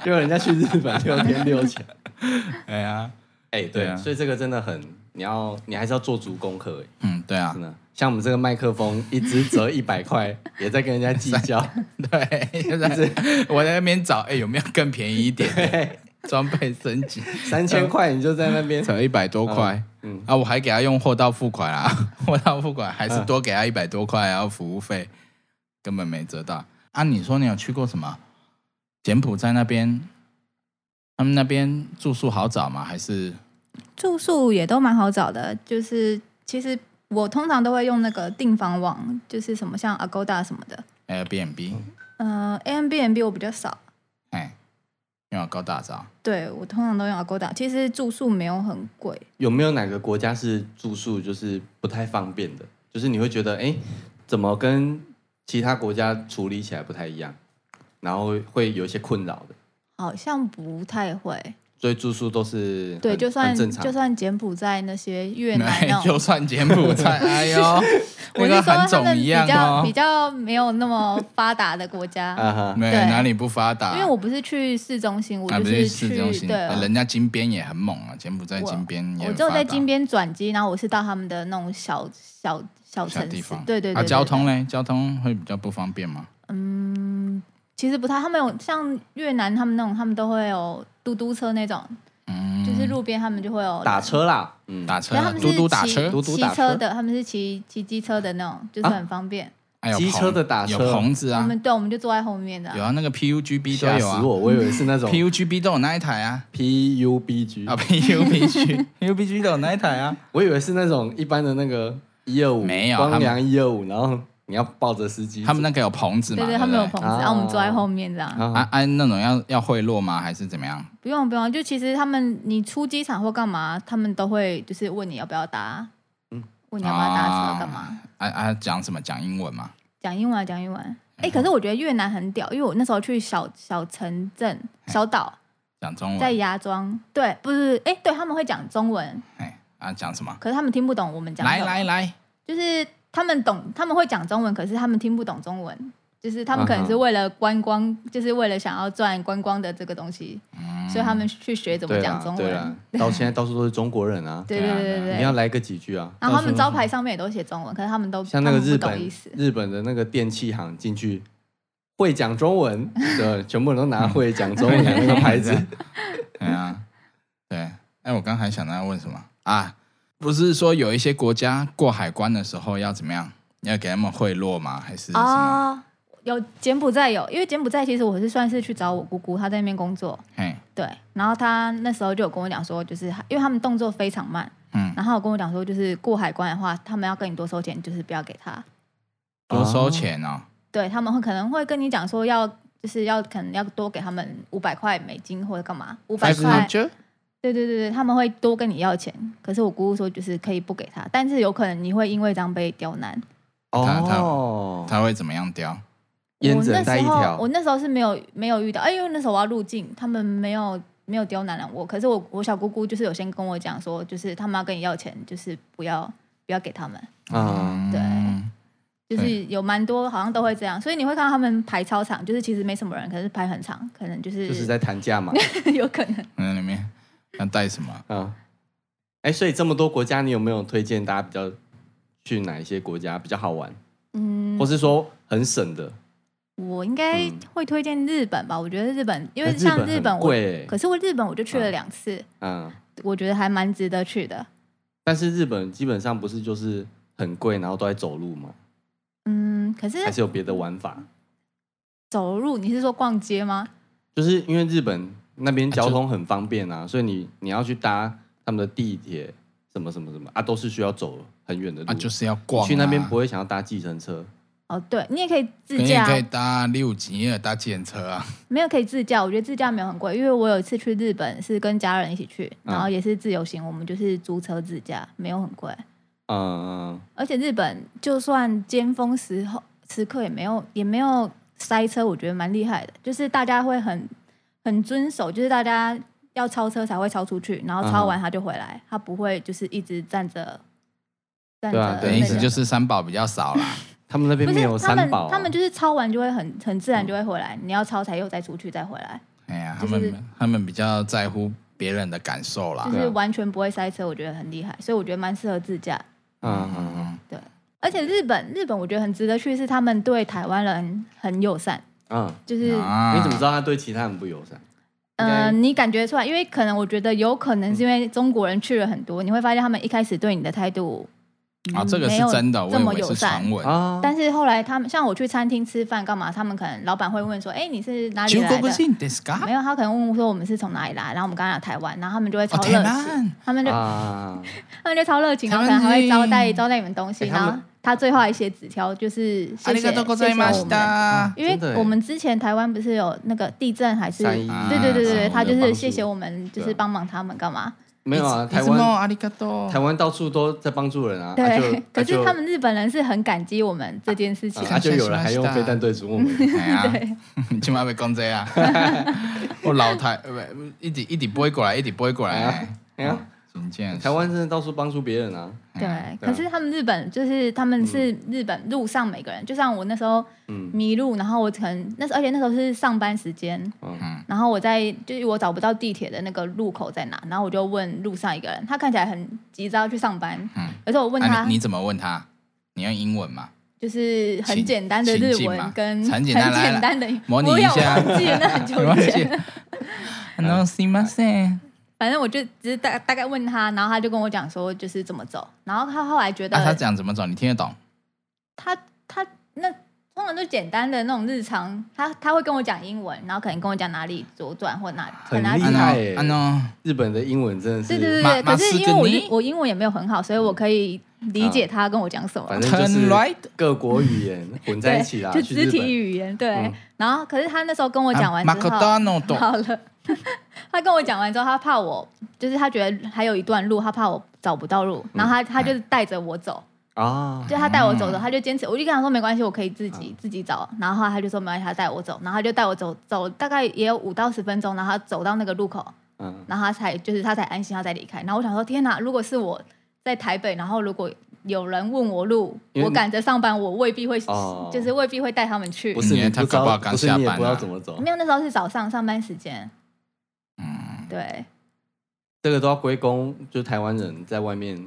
[SPEAKER 2] 结果人家去日本六天六 千。
[SPEAKER 3] 哎呀，
[SPEAKER 2] 哎，
[SPEAKER 3] 对
[SPEAKER 2] 对
[SPEAKER 3] 啊，
[SPEAKER 2] 所以这个真的很，你要你还是要做足功课哎，
[SPEAKER 3] 嗯，对啊
[SPEAKER 2] 真，的。像我们这个麦克风一支折一百 块，也在跟人家计较。
[SPEAKER 3] 对，就是我在那边找，哎，有没有更便宜一点 的
[SPEAKER 2] 对，
[SPEAKER 3] 装备升级？
[SPEAKER 2] 三千块你就在那边，
[SPEAKER 3] 才一百多块，
[SPEAKER 2] 嗯
[SPEAKER 3] 啊，我还给他用货到付款啊，货到付款还是多给他一百多块，然后服务费根本没折到。啊，你说你有去过什么柬埔寨那边？他们那边住宿好找吗？还是
[SPEAKER 4] 住宿也都蛮好找的，就是其实我通常都会用那个订房网，就是什么像 Agoda 什么的。
[SPEAKER 3] Airbnb，
[SPEAKER 2] 嗯
[SPEAKER 4] 呃，Airbnb 我比较少，
[SPEAKER 3] 哎，用高大招。
[SPEAKER 4] 对我通常都用 Agoda。其实住宿没有很贵，
[SPEAKER 2] 有没有哪个国家是住宿就是不太方便的？就是你会觉得，哎、怎么跟其他国家处理起来不太一样，然后会有一些困扰的，
[SPEAKER 4] 好像不太会。
[SPEAKER 2] 所以住宿都是很
[SPEAKER 4] 对，就算
[SPEAKER 2] 很正常
[SPEAKER 4] 就。算柬埔寨那些越南
[SPEAKER 3] 哎
[SPEAKER 4] 那
[SPEAKER 3] 就
[SPEAKER 4] 种，
[SPEAKER 3] 算柬埔寨，哎呦， 那
[SPEAKER 4] 我是
[SPEAKER 3] 个
[SPEAKER 4] 说
[SPEAKER 3] 韩
[SPEAKER 4] 他
[SPEAKER 3] 总
[SPEAKER 4] 们
[SPEAKER 3] 一
[SPEAKER 4] 比
[SPEAKER 3] 样
[SPEAKER 4] 较
[SPEAKER 3] 哦
[SPEAKER 4] 比，较没有那么发达的国 家。
[SPEAKER 2] 啊哈，
[SPEAKER 3] 没
[SPEAKER 4] 对
[SPEAKER 3] 哪里不发达，
[SPEAKER 4] 因为我不是去市中心，我
[SPEAKER 3] 啊
[SPEAKER 4] 就
[SPEAKER 3] 不是市中
[SPEAKER 4] 去
[SPEAKER 3] 心，
[SPEAKER 4] 对，啊
[SPEAKER 3] 人家金边也很猛啊，柬埔寨
[SPEAKER 4] 我
[SPEAKER 3] 金边也
[SPEAKER 4] 我
[SPEAKER 3] 很
[SPEAKER 4] 只有
[SPEAKER 3] 发
[SPEAKER 4] 在
[SPEAKER 3] 达
[SPEAKER 4] 金边转机，然后我是到他们的那种小小小
[SPEAKER 3] 小
[SPEAKER 4] 城
[SPEAKER 3] 地
[SPEAKER 4] 市
[SPEAKER 3] 方，，
[SPEAKER 4] 对对对
[SPEAKER 3] 啊，交通
[SPEAKER 4] 呢？
[SPEAKER 3] 嘞，交通会比较不方便吗？
[SPEAKER 4] 嗯，其实不太，他们有像越南他们那种，他们都会有嘟嘟车那种，
[SPEAKER 3] 嗯，
[SPEAKER 4] 就是路边他们就会有
[SPEAKER 2] 打，车啦，嗯，
[SPEAKER 3] 打车
[SPEAKER 4] 可是他
[SPEAKER 3] 啊，
[SPEAKER 4] 们
[SPEAKER 3] 嘟
[SPEAKER 4] 是
[SPEAKER 3] 嘟打
[SPEAKER 4] 骑
[SPEAKER 3] 车
[SPEAKER 2] 嘟，
[SPEAKER 4] 骑
[SPEAKER 2] 打
[SPEAKER 4] 车
[SPEAKER 2] 车
[SPEAKER 4] 的，他们是骑骑机车的那种，就是
[SPEAKER 2] 啊
[SPEAKER 4] 很方便。
[SPEAKER 3] 哎有
[SPEAKER 2] 机车
[SPEAKER 3] 棚
[SPEAKER 2] 的打
[SPEAKER 3] 有
[SPEAKER 2] 车
[SPEAKER 3] 棚子
[SPEAKER 4] 我
[SPEAKER 3] 啊，
[SPEAKER 4] 们对，我们就坐在后面的啊、
[SPEAKER 3] 有啊，那个 PUGB 都
[SPEAKER 2] 吓
[SPEAKER 3] 有
[SPEAKER 2] 死
[SPEAKER 3] 啊
[SPEAKER 2] 我，我以为是那 种
[SPEAKER 3] ，PUGB 都有那一台啊，
[SPEAKER 2] P U B G，
[SPEAKER 3] 啊 ，PUBG，PUBG 都有那一台啊，
[SPEAKER 2] 我以为是那种一般的那个一二五，
[SPEAKER 3] 没有他
[SPEAKER 2] 光
[SPEAKER 3] 们
[SPEAKER 2] 良一二五，然后你要抱着司机走，
[SPEAKER 3] 他们那个有棚子嘛，
[SPEAKER 4] 对
[SPEAKER 3] 对不
[SPEAKER 4] 对，他们有
[SPEAKER 3] 对
[SPEAKER 4] 棚子，然啊
[SPEAKER 2] 哦
[SPEAKER 4] 后我们坐在后面这样。
[SPEAKER 2] 啊
[SPEAKER 3] 啊啊，那种要要贿赂吗？还是怎么样？
[SPEAKER 4] 不用不用，就其实他们你出机场或干嘛，他们都会就是问你要不要搭，
[SPEAKER 2] 嗯
[SPEAKER 4] 问你要不要搭车干嘛。
[SPEAKER 3] 啊啊，讲什么？讲英文嘛？
[SPEAKER 4] 讲英文啊，讲英文。
[SPEAKER 2] 嗯
[SPEAKER 4] 哎、可是我觉得越南很屌，因为我那时候去小小城镇、
[SPEAKER 2] 嗯
[SPEAKER 4] 小岛，
[SPEAKER 3] 讲中
[SPEAKER 4] 在
[SPEAKER 3] 文？
[SPEAKER 4] 芽庄，对，不是，哎、对他们会讲中文，
[SPEAKER 3] 哎啊，讲什么？
[SPEAKER 4] 可是他们听不懂我们讲
[SPEAKER 3] 来
[SPEAKER 4] 什么
[SPEAKER 3] 来来，
[SPEAKER 4] 就是他们懂，他们会讲中文，可是他们听不懂中文，就是他们可能是
[SPEAKER 2] 嗯哼
[SPEAKER 4] 为了观光，就是为了想要赚观光的这个东西，
[SPEAKER 3] 嗯
[SPEAKER 4] 所以他们去学怎么
[SPEAKER 2] 对
[SPEAKER 4] 讲
[SPEAKER 2] 啦
[SPEAKER 4] 中
[SPEAKER 2] 对
[SPEAKER 4] 文
[SPEAKER 2] 啦。，到现在到处都是中国人啊，
[SPEAKER 4] 对
[SPEAKER 3] 对
[SPEAKER 4] 对
[SPEAKER 3] 啊
[SPEAKER 4] 对
[SPEAKER 3] 对
[SPEAKER 4] 对
[SPEAKER 3] 啊
[SPEAKER 2] 你
[SPEAKER 4] 对
[SPEAKER 2] 要来个几句啊。
[SPEAKER 4] 然后他们
[SPEAKER 2] 到
[SPEAKER 4] 招
[SPEAKER 2] 处都
[SPEAKER 4] 牌上面也都写中文，可是他们都
[SPEAKER 2] 是像那个
[SPEAKER 4] 他们
[SPEAKER 2] 日
[SPEAKER 4] 不懂
[SPEAKER 2] 本
[SPEAKER 4] 意思，
[SPEAKER 2] 日本的那个电器行进去，会讲中 文的全部人都拿会讲中文的那个牌子
[SPEAKER 3] 对 啊，对。哎，我刚还想到要问什么啊？不是说有一些国家过海关的时候要怎么样？要给他们贿赂吗？还是什么？
[SPEAKER 4] 哦，有柬埔寨有，因为柬埔寨其实我是算是去找我姑姑，她在那边工作，
[SPEAKER 3] 嘿，
[SPEAKER 4] 对，然后她那时候就有跟我讲说，就是因为他们动作非常慢，
[SPEAKER 3] 嗯，
[SPEAKER 4] 然后有跟我讲说，就是过海关的话，他们要跟你多收钱，就是不要给他，
[SPEAKER 3] 多收钱哦。
[SPEAKER 4] 对他们会可能会跟你讲说要。就是要可能要多给他们五百块美金或者干嘛，五百
[SPEAKER 3] Five
[SPEAKER 4] 块，
[SPEAKER 3] hundred？
[SPEAKER 4] 对对对对，他们会多跟你要钱。可是我姑姑说就是可以不给他，但是有可能你会因为这样被刁难。
[SPEAKER 3] 他他
[SPEAKER 2] 哦，
[SPEAKER 3] 他会怎么样刁？
[SPEAKER 2] 烟
[SPEAKER 4] 我
[SPEAKER 2] 只
[SPEAKER 4] 那
[SPEAKER 2] 能带一
[SPEAKER 4] 时候
[SPEAKER 2] 条
[SPEAKER 4] 我，那时候是没有没有遇到，哎，因为那时候我要入境，他们没有没有刁难我。可是我我小姑姑就是有先跟我讲说，就是他们要跟你要钱，就是不要不要给他们，
[SPEAKER 2] 嗯，
[SPEAKER 4] 对
[SPEAKER 3] 嗯
[SPEAKER 4] 就是有蛮多好像都会这样，所以你会看到他们排超长，就是其实没什么人，可是排很长，可能就是
[SPEAKER 2] 就是在谈价嘛，
[SPEAKER 4] 有可能。
[SPEAKER 3] 那里面要带什么？
[SPEAKER 2] 啊，哎，所以这么多国家，你有没有推荐大家比较去哪一些国家比较好玩，
[SPEAKER 4] 嗯
[SPEAKER 2] 或，是说很省的？
[SPEAKER 4] 我应该
[SPEAKER 2] 嗯
[SPEAKER 4] 会推荐日本吧，我觉得日本，因
[SPEAKER 2] 可
[SPEAKER 4] 为
[SPEAKER 2] 是
[SPEAKER 4] 像
[SPEAKER 2] 日
[SPEAKER 4] 日
[SPEAKER 2] 很
[SPEAKER 4] 本我，
[SPEAKER 2] 贵欸，
[SPEAKER 4] 可是我日本我就去了两次，
[SPEAKER 2] 嗯，
[SPEAKER 4] 我觉得还蛮值得去的。
[SPEAKER 2] 但是日本基本上不是就是很贵，然后都在走路嘛，
[SPEAKER 4] 嗯，可是
[SPEAKER 2] 还是有别的玩法？
[SPEAKER 4] 走路，你是说逛街吗？
[SPEAKER 2] 就是因为日本那
[SPEAKER 3] 啊
[SPEAKER 2] 边交通很方便啊，所以你你要去搭他们的地铁什么什么什么啊，都是需要走很远的路。
[SPEAKER 3] 啊，就是要
[SPEAKER 2] 你
[SPEAKER 3] 逛啊。
[SPEAKER 2] 去那边不会想要搭计程车，
[SPEAKER 4] 哦，对，你也可以自
[SPEAKER 3] 你也
[SPEAKER 4] 驾啊，
[SPEAKER 3] 可以搭六级，也搭电车啊。
[SPEAKER 4] 没有可以自驾。我觉得自驾没有很贵，因为我有一次去日本是跟家人一起去，
[SPEAKER 2] 嗯
[SPEAKER 4] 然后也是自由行，我们就是租车自驾，没有很贵。
[SPEAKER 2] 嗯，
[SPEAKER 4] 而且日本就算尖峰时候时刻也没有也没有塞车，我觉得蛮厉害的。就是大家会很很遵守，就是大家要超车才会超出去，然后超
[SPEAKER 2] 嗯
[SPEAKER 4] 完他就回来，他不会就是一直站着站
[SPEAKER 2] 对啊
[SPEAKER 4] 着
[SPEAKER 2] 对
[SPEAKER 4] 那
[SPEAKER 3] 你
[SPEAKER 4] 个。
[SPEAKER 3] 意思就是三宝比较少啦。
[SPEAKER 2] 他们那边
[SPEAKER 4] 不
[SPEAKER 2] 没
[SPEAKER 4] 是
[SPEAKER 2] 有
[SPEAKER 4] 他
[SPEAKER 2] 三
[SPEAKER 4] 们
[SPEAKER 2] 宝、啊，嗯
[SPEAKER 4] 他们就是抄完就会很很自然就会回来，你要抄才又再出去再回来，
[SPEAKER 3] 哎呀，他
[SPEAKER 4] 就
[SPEAKER 3] 们、
[SPEAKER 4] 是
[SPEAKER 3] 他们比较在乎别人的感受啦
[SPEAKER 4] 就。
[SPEAKER 2] 对
[SPEAKER 4] 是
[SPEAKER 2] 啊
[SPEAKER 4] 完全不会塞车，我觉得很厉害，所以我觉得蛮适合自驾。
[SPEAKER 2] 嗯嗯嗯
[SPEAKER 4] 而且日本日本我觉得很值得去，是他们对台湾人很友善，
[SPEAKER 2] 嗯，
[SPEAKER 4] 就是
[SPEAKER 3] 啊
[SPEAKER 2] 你怎么知道他对其他人不友善？
[SPEAKER 4] 呃，
[SPEAKER 2] 应该
[SPEAKER 4] 你感觉出来，因为可能我觉得有可能是因为中国人去了很多，你会发现他们一开始对你的态度
[SPEAKER 3] 啊，这个
[SPEAKER 4] 没
[SPEAKER 3] 是
[SPEAKER 4] 有
[SPEAKER 3] 真的，我
[SPEAKER 4] 这
[SPEAKER 3] 以
[SPEAKER 4] 么
[SPEAKER 3] 为
[SPEAKER 4] 友
[SPEAKER 3] 是
[SPEAKER 4] 善
[SPEAKER 3] 传。闻。
[SPEAKER 2] 啊，
[SPEAKER 4] 但是后来他们像我去餐厅吃饭干嘛，他们可能老板会问说：“哎，你是哪里
[SPEAKER 3] 中
[SPEAKER 4] 来
[SPEAKER 3] 国
[SPEAKER 4] 的
[SPEAKER 3] 不信 d i s c？”
[SPEAKER 4] 没有，他可能问说我们是从哪里来，然后我们刚讲台湾，然后他们就会超
[SPEAKER 3] 哦，
[SPEAKER 4] 热
[SPEAKER 3] 天
[SPEAKER 4] 情，
[SPEAKER 3] 安，
[SPEAKER 4] 他们就
[SPEAKER 2] 啊，
[SPEAKER 4] 他们就超热情，
[SPEAKER 3] 台
[SPEAKER 4] 然后
[SPEAKER 3] 湾
[SPEAKER 4] 可能还会招待
[SPEAKER 3] 人
[SPEAKER 4] 招待你们东西，
[SPEAKER 2] 哎
[SPEAKER 4] 然
[SPEAKER 2] 他们
[SPEAKER 4] 后他最后还写纸条，就是
[SPEAKER 3] あ
[SPEAKER 4] 谢
[SPEAKER 3] り
[SPEAKER 4] 谢
[SPEAKER 3] がとうござい
[SPEAKER 4] 谢谢
[SPEAKER 3] ま
[SPEAKER 4] 我
[SPEAKER 3] し
[SPEAKER 4] 们。
[SPEAKER 3] た。
[SPEAKER 4] 因为
[SPEAKER 2] 真的耶
[SPEAKER 4] 我们之前台湾不是有那个地震还是
[SPEAKER 2] 三一
[SPEAKER 4] 对对对对对，
[SPEAKER 2] 啊
[SPEAKER 4] 他就
[SPEAKER 2] 有帮
[SPEAKER 4] 是
[SPEAKER 2] 助
[SPEAKER 4] 谢谢我们，就是
[SPEAKER 2] 对
[SPEAKER 4] 帮忙他们干嘛？
[SPEAKER 2] 没有啊，
[SPEAKER 3] いつ
[SPEAKER 2] 台
[SPEAKER 3] いつもあ
[SPEAKER 2] 湾
[SPEAKER 3] りがと
[SPEAKER 2] 台湾到处都在帮助人啊，啊
[SPEAKER 4] 对
[SPEAKER 2] 就，
[SPEAKER 4] 可
[SPEAKER 2] 啊
[SPEAKER 4] 是
[SPEAKER 2] 就
[SPEAKER 4] 他们日本人是很感激我们这件事情
[SPEAKER 2] 啊，啊就有人还用飞弹对准我
[SPEAKER 4] 嗯
[SPEAKER 2] 们，
[SPEAKER 3] う。哎呀， 你千万别讲这啊！我老台呃不一直一直不会过来，一直不会过
[SPEAKER 2] 哎
[SPEAKER 3] 来
[SPEAKER 2] 呀。哎呀，
[SPEAKER 3] 真见
[SPEAKER 2] 台湾真的到处帮助别人啊，
[SPEAKER 4] 对，
[SPEAKER 2] 对啊
[SPEAKER 4] 可是他们日本就是他们是日本路上每个人，就像我那时候
[SPEAKER 2] 嗯
[SPEAKER 4] 迷路，然后我可能那时候而且那时候是上班时间，
[SPEAKER 2] 嗯
[SPEAKER 4] 然后我在就是我找不到地铁的那个路口在哪，然后我就问路上一个人，他看起来很急着要去上班，
[SPEAKER 3] 嗯
[SPEAKER 4] 可是我问
[SPEAKER 3] 啊
[SPEAKER 4] 他
[SPEAKER 3] 你你怎么问他？你用英文嘛？
[SPEAKER 4] 就是很
[SPEAKER 3] 请
[SPEAKER 4] 简单的
[SPEAKER 3] 请
[SPEAKER 4] 日
[SPEAKER 3] 进嘛
[SPEAKER 4] 文跟
[SPEAKER 3] 很
[SPEAKER 4] 很
[SPEAKER 3] 简单来来
[SPEAKER 4] 简单的
[SPEAKER 3] 模拟
[SPEAKER 4] 我
[SPEAKER 3] 一
[SPEAKER 4] 有
[SPEAKER 3] 下
[SPEAKER 4] 忘记了那很 久
[SPEAKER 3] 没关
[SPEAKER 4] 以
[SPEAKER 3] 系
[SPEAKER 4] 前，
[SPEAKER 1] No, see my say。
[SPEAKER 4] 反正我就只是大大概问他，然后他就跟我讲说就是怎么走，然后他后来觉得
[SPEAKER 3] 啊，他讲怎么走，你听得懂？
[SPEAKER 4] 他他那通常都简单的那种日常，他他会跟我讲英文，然后可能跟我讲哪里左转或哪
[SPEAKER 2] 很
[SPEAKER 4] 哪里
[SPEAKER 2] 厉
[SPEAKER 3] 啊
[SPEAKER 2] 害
[SPEAKER 4] 左。
[SPEAKER 3] 喏啊喏，
[SPEAKER 2] 日本的英文真的
[SPEAKER 4] 对对
[SPEAKER 2] 是，
[SPEAKER 4] 对
[SPEAKER 3] 马
[SPEAKER 4] 对，
[SPEAKER 3] 马
[SPEAKER 4] 可
[SPEAKER 3] 斯
[SPEAKER 4] 是因
[SPEAKER 3] 格
[SPEAKER 4] 为我
[SPEAKER 3] 尼
[SPEAKER 4] 日我英文也没有很好，所以我可以理解他跟我讲什么。
[SPEAKER 2] 啊反正就
[SPEAKER 3] Turn
[SPEAKER 2] 是
[SPEAKER 3] right，
[SPEAKER 2] 各国语言混在一起啦，
[SPEAKER 4] 对就
[SPEAKER 2] 去
[SPEAKER 4] 肢
[SPEAKER 2] 日
[SPEAKER 4] 体
[SPEAKER 2] 本
[SPEAKER 4] 语言对。
[SPEAKER 2] 嗯啊
[SPEAKER 4] 然后，可是他那时候跟我
[SPEAKER 3] 我
[SPEAKER 4] 讲完
[SPEAKER 3] 马
[SPEAKER 4] 之
[SPEAKER 3] 可
[SPEAKER 4] 后，
[SPEAKER 3] 达诺多，
[SPEAKER 4] 好了， 他跟我讲完之后，他怕我，就是他觉得还有一段路，他怕我找不到路，
[SPEAKER 2] 嗯
[SPEAKER 4] 然后他他就带着我走，
[SPEAKER 2] 啊，
[SPEAKER 4] 就他带我走的，他就坚持，我就跟他说没关系，我可以自
[SPEAKER 2] 嗯
[SPEAKER 4] 己、自己找。然后他就说没关系，他带我走，然后他就带我走走，大概也有五到十分钟，然后他走到那个路口，
[SPEAKER 2] 嗯，
[SPEAKER 4] 然后他才就是他才安心，他才离开。然后我想说，天哪，如果是我在台北，然后如果有人问我路，
[SPEAKER 2] 因为
[SPEAKER 4] 我
[SPEAKER 2] 你
[SPEAKER 4] 赶着上班，我未必会、
[SPEAKER 2] 哦
[SPEAKER 4] 就是未必会带他们去
[SPEAKER 2] 不。是
[SPEAKER 3] 嗯
[SPEAKER 2] 你
[SPEAKER 3] 他
[SPEAKER 2] 不知
[SPEAKER 3] 搞不好
[SPEAKER 2] 道，
[SPEAKER 3] 刚
[SPEAKER 2] 不是你
[SPEAKER 3] 下
[SPEAKER 2] 也
[SPEAKER 3] 班
[SPEAKER 2] 不知道
[SPEAKER 3] 啊
[SPEAKER 2] 怎么走，
[SPEAKER 4] 没有，那时候是早上上班时间，
[SPEAKER 3] 嗯，
[SPEAKER 4] 对
[SPEAKER 2] 这个都要归功，就台湾人在外面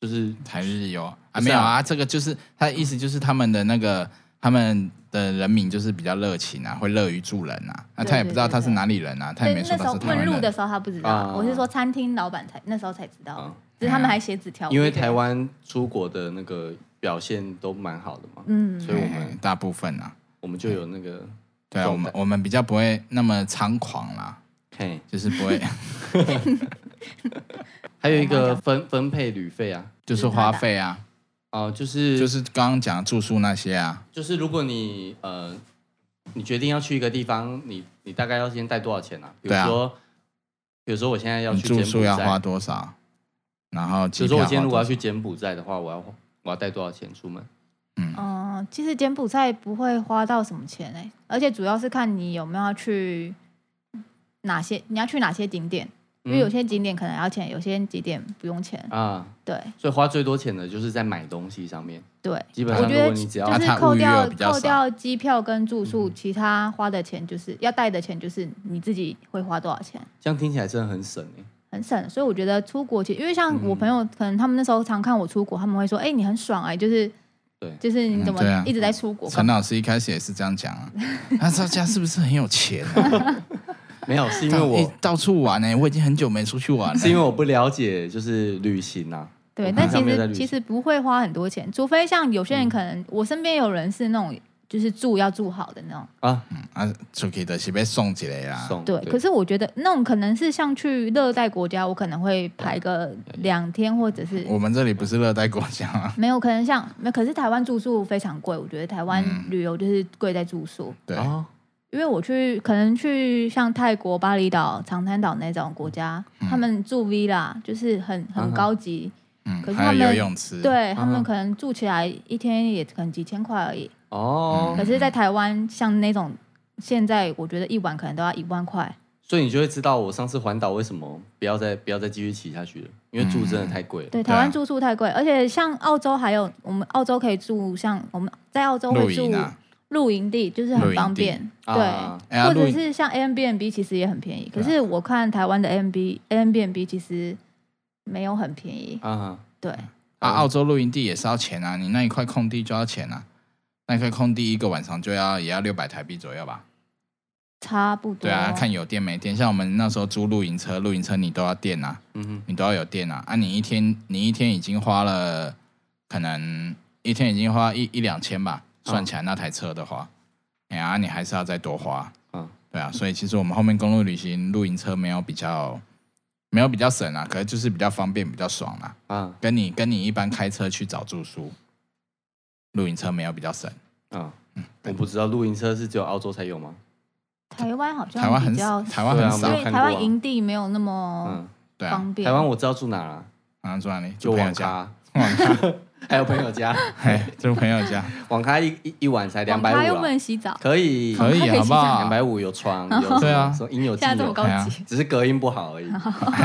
[SPEAKER 2] 就是
[SPEAKER 3] 台日友啊，
[SPEAKER 2] 不
[SPEAKER 3] 没
[SPEAKER 2] 是啊
[SPEAKER 3] 有啊，这个就是他的意思，就是他们的那个他们的人民就是比较热情啊，会乐于助人啊。那他也不知道他是哪里人啊，他也
[SPEAKER 4] 对
[SPEAKER 3] 没，说
[SPEAKER 4] 那时
[SPEAKER 3] 他
[SPEAKER 4] 候
[SPEAKER 3] 是台
[SPEAKER 4] 问
[SPEAKER 3] 湾
[SPEAKER 4] 路的
[SPEAKER 3] 人。
[SPEAKER 4] 时候他不知道，
[SPEAKER 2] 啊
[SPEAKER 4] 我是说餐厅老板才那时候才知道，
[SPEAKER 2] 啊，
[SPEAKER 4] 只是他们还写纸条，
[SPEAKER 2] 因为
[SPEAKER 4] 啊我就觉得
[SPEAKER 2] 台湾出国的那个表现都蛮好的嘛，
[SPEAKER 4] 嗯
[SPEAKER 2] 所以我们
[SPEAKER 3] 哎大部分啊，
[SPEAKER 2] 我们就有那个
[SPEAKER 3] 对啊，
[SPEAKER 2] 状
[SPEAKER 3] 我们
[SPEAKER 2] 态
[SPEAKER 3] 我们比较不会那么猖狂啦，
[SPEAKER 2] 嘿，
[SPEAKER 3] 就是不 会
[SPEAKER 2] 还有一个分分配旅费啊，
[SPEAKER 3] 就是花费啊，
[SPEAKER 2] 哦，就是
[SPEAKER 3] 就
[SPEAKER 2] 就是
[SPEAKER 3] 是刚刚讲的住宿那些啊，
[SPEAKER 2] 就是如果你呃你决定要去一个地方，你你大概要先带多少钱啊？比如
[SPEAKER 3] 对啊
[SPEAKER 2] 说，比如说我现在要
[SPEAKER 3] 你
[SPEAKER 2] 去柬
[SPEAKER 3] 住宿
[SPEAKER 2] 埔
[SPEAKER 3] 要花
[SPEAKER 2] 寨，
[SPEAKER 3] 多少，然后
[SPEAKER 2] 比
[SPEAKER 3] 机
[SPEAKER 2] 如
[SPEAKER 3] 票花
[SPEAKER 2] 说我今天如果
[SPEAKER 3] 多
[SPEAKER 2] 要
[SPEAKER 3] 少
[SPEAKER 2] 去柬埔寨的话，我要我要带多少钱出门？
[SPEAKER 4] 嗯，其实柬埔寨不会花到什么钱哎、而且主要是看你有没有要去哪些，你要去哪些景点，因为有
[SPEAKER 2] 嗯
[SPEAKER 4] 些景点可能要钱，有些景点不用钱。
[SPEAKER 2] 啊，
[SPEAKER 4] 对
[SPEAKER 2] 所以花最多钱的就是在买东西上面，
[SPEAKER 4] 对，
[SPEAKER 2] 基本
[SPEAKER 4] 我
[SPEAKER 2] 上
[SPEAKER 4] 觉
[SPEAKER 2] 如
[SPEAKER 4] 得
[SPEAKER 2] 果你只要
[SPEAKER 4] 就
[SPEAKER 3] 啊
[SPEAKER 4] 是
[SPEAKER 3] 它
[SPEAKER 4] 扣
[SPEAKER 3] 物欲
[SPEAKER 4] 掉
[SPEAKER 3] 又比较
[SPEAKER 4] 扣
[SPEAKER 3] 少
[SPEAKER 4] 掉机票跟住宿，
[SPEAKER 2] 嗯
[SPEAKER 4] 其他花的钱就是要带的钱，就是你自己会花多少钱。
[SPEAKER 2] 这样听起来真的很省哎、
[SPEAKER 4] 很省，所以我觉得出国其实，因为像
[SPEAKER 2] 嗯
[SPEAKER 4] 我朋友，可能他们那时候常看我出国，他们会说：“哎、你很爽哎、就是
[SPEAKER 2] 对
[SPEAKER 4] 就是你怎
[SPEAKER 3] 嗯
[SPEAKER 4] 么
[SPEAKER 3] 对啊
[SPEAKER 4] 一直在出国？”
[SPEAKER 3] 陈老师一开始也是这样讲啊，他说家是不是很有钱啊？
[SPEAKER 2] 没有， 是因 为我
[SPEAKER 3] 到到处玩呢、欸我已经很久没出去玩了、
[SPEAKER 2] 是因为我不了解就是旅行啊，
[SPEAKER 4] 对，
[SPEAKER 2] 我
[SPEAKER 4] 但
[SPEAKER 2] 平
[SPEAKER 4] 其
[SPEAKER 2] 常没有在
[SPEAKER 4] 实
[SPEAKER 2] 旅行
[SPEAKER 4] 其
[SPEAKER 2] 嗯
[SPEAKER 4] 实不会花很多钱，除非像有些人可能，我身边有人是那种就是住要住好的那种，
[SPEAKER 2] 啊，
[SPEAKER 3] 啊，出去的是被送起来啦。
[SPEAKER 2] 送
[SPEAKER 4] 对。可是我觉得那种可能是像去热带国家，我可能会排个两天或者是
[SPEAKER 3] 我们这里不是热带国家吗？
[SPEAKER 4] 没有，可能像没有，可是台湾住宿非常贵，我觉得台湾
[SPEAKER 3] 嗯
[SPEAKER 4] 旅游就是贵在住宿，
[SPEAKER 3] 对，
[SPEAKER 2] 哦，
[SPEAKER 4] 因为我去可能去像泰国巴厘岛、长滩岛那种国家，他们住 villa 就是很很
[SPEAKER 2] 嗯哼
[SPEAKER 4] 高级，
[SPEAKER 3] 嗯
[SPEAKER 4] 可，是
[SPEAKER 3] 还
[SPEAKER 4] 他
[SPEAKER 3] 有
[SPEAKER 4] 们
[SPEAKER 3] 游泳池，，
[SPEAKER 4] 对他们
[SPEAKER 2] 嗯
[SPEAKER 4] 可能住起来一天也可能几千块而已。
[SPEAKER 2] 哦，
[SPEAKER 4] 可是，在台湾，像那种现在，我觉得一晚可能都要一万块。
[SPEAKER 2] 所以你就会知道我上次环岛为什么不要再不要再继续骑下去了，因为住真的太贵了。
[SPEAKER 4] 对，
[SPEAKER 3] 对啊
[SPEAKER 4] 台湾住宿太贵，而且像澳洲还有我们澳洲可以住，像我们在澳洲
[SPEAKER 3] 露
[SPEAKER 4] 会住
[SPEAKER 3] 营啊，
[SPEAKER 4] 露营地，就是
[SPEAKER 3] 露
[SPEAKER 4] 很
[SPEAKER 3] 营
[SPEAKER 4] 方
[SPEAKER 3] 地
[SPEAKER 4] 便。
[SPEAKER 2] 啊
[SPEAKER 4] 对，
[SPEAKER 3] 哎呀
[SPEAKER 4] 或
[SPEAKER 3] 露
[SPEAKER 4] 者
[SPEAKER 3] 营
[SPEAKER 4] 是像 Airbnb 其实也很便宜，可
[SPEAKER 3] 对啊
[SPEAKER 4] 是我看台湾的 Airbnb Airbnb 其实没有很便宜。
[SPEAKER 2] 啊，
[SPEAKER 4] 对，
[SPEAKER 3] 啊，澳洲露营地也是要钱啊，你那一块空地就要钱啊，那一块空地一个晚上就要也要六百台币左右吧？
[SPEAKER 4] 差不多。
[SPEAKER 3] 对啊，看有电没电，像我们那时候租露营车，露营车你都要电啊，
[SPEAKER 2] 嗯
[SPEAKER 3] 你都要有电啊，啊，你一天你一天已经花了可能一天已经花一一两千吧，
[SPEAKER 2] 嗯
[SPEAKER 3] 算起来那台车的话，哎呀，你还是要再多花，
[SPEAKER 2] 嗯
[SPEAKER 3] 对啊，所以其实我们后面公路旅行露营车没有比较没有比较省啊，可是就是比较方便，比较爽啦、
[SPEAKER 2] 啊
[SPEAKER 3] 跟你跟你一般开车去找住宿，露营车没有比较省，
[SPEAKER 2] 啊！我不知道露营车是只有澳洲才有吗？
[SPEAKER 4] 台湾好像
[SPEAKER 3] 台湾很
[SPEAKER 4] 比较
[SPEAKER 3] 少，台湾很
[SPEAKER 2] 对
[SPEAKER 3] 少
[SPEAKER 2] 啊，没
[SPEAKER 4] 因为
[SPEAKER 2] 有看过
[SPEAKER 4] 台
[SPEAKER 2] 啊
[SPEAKER 4] 湾营地没有那么
[SPEAKER 2] 嗯，
[SPEAKER 3] 对啊，
[SPEAKER 4] 方便。
[SPEAKER 2] 台湾我知道住哪啦，
[SPEAKER 3] 然后住哪里？
[SPEAKER 2] 就
[SPEAKER 3] 住朋友
[SPEAKER 2] 网
[SPEAKER 3] 家，
[SPEAKER 2] 咖， 还有朋友家，
[SPEAKER 3] 嘿，住朋友 家
[SPEAKER 2] 网咖一一一晚才两百
[SPEAKER 4] 网咖又
[SPEAKER 2] 五啊
[SPEAKER 4] 不能洗 澡，
[SPEAKER 2] 可以
[SPEAKER 3] 可以
[SPEAKER 4] 可以
[SPEAKER 3] 好不好
[SPEAKER 2] 两？百五有床， 有
[SPEAKER 3] 对啊
[SPEAKER 2] 什么应有
[SPEAKER 4] 现
[SPEAKER 2] 尽
[SPEAKER 4] 在这么
[SPEAKER 2] 有，
[SPEAKER 4] 高
[SPEAKER 3] 哎
[SPEAKER 4] 级。
[SPEAKER 2] 只是隔音不好 而已。
[SPEAKER 3] 你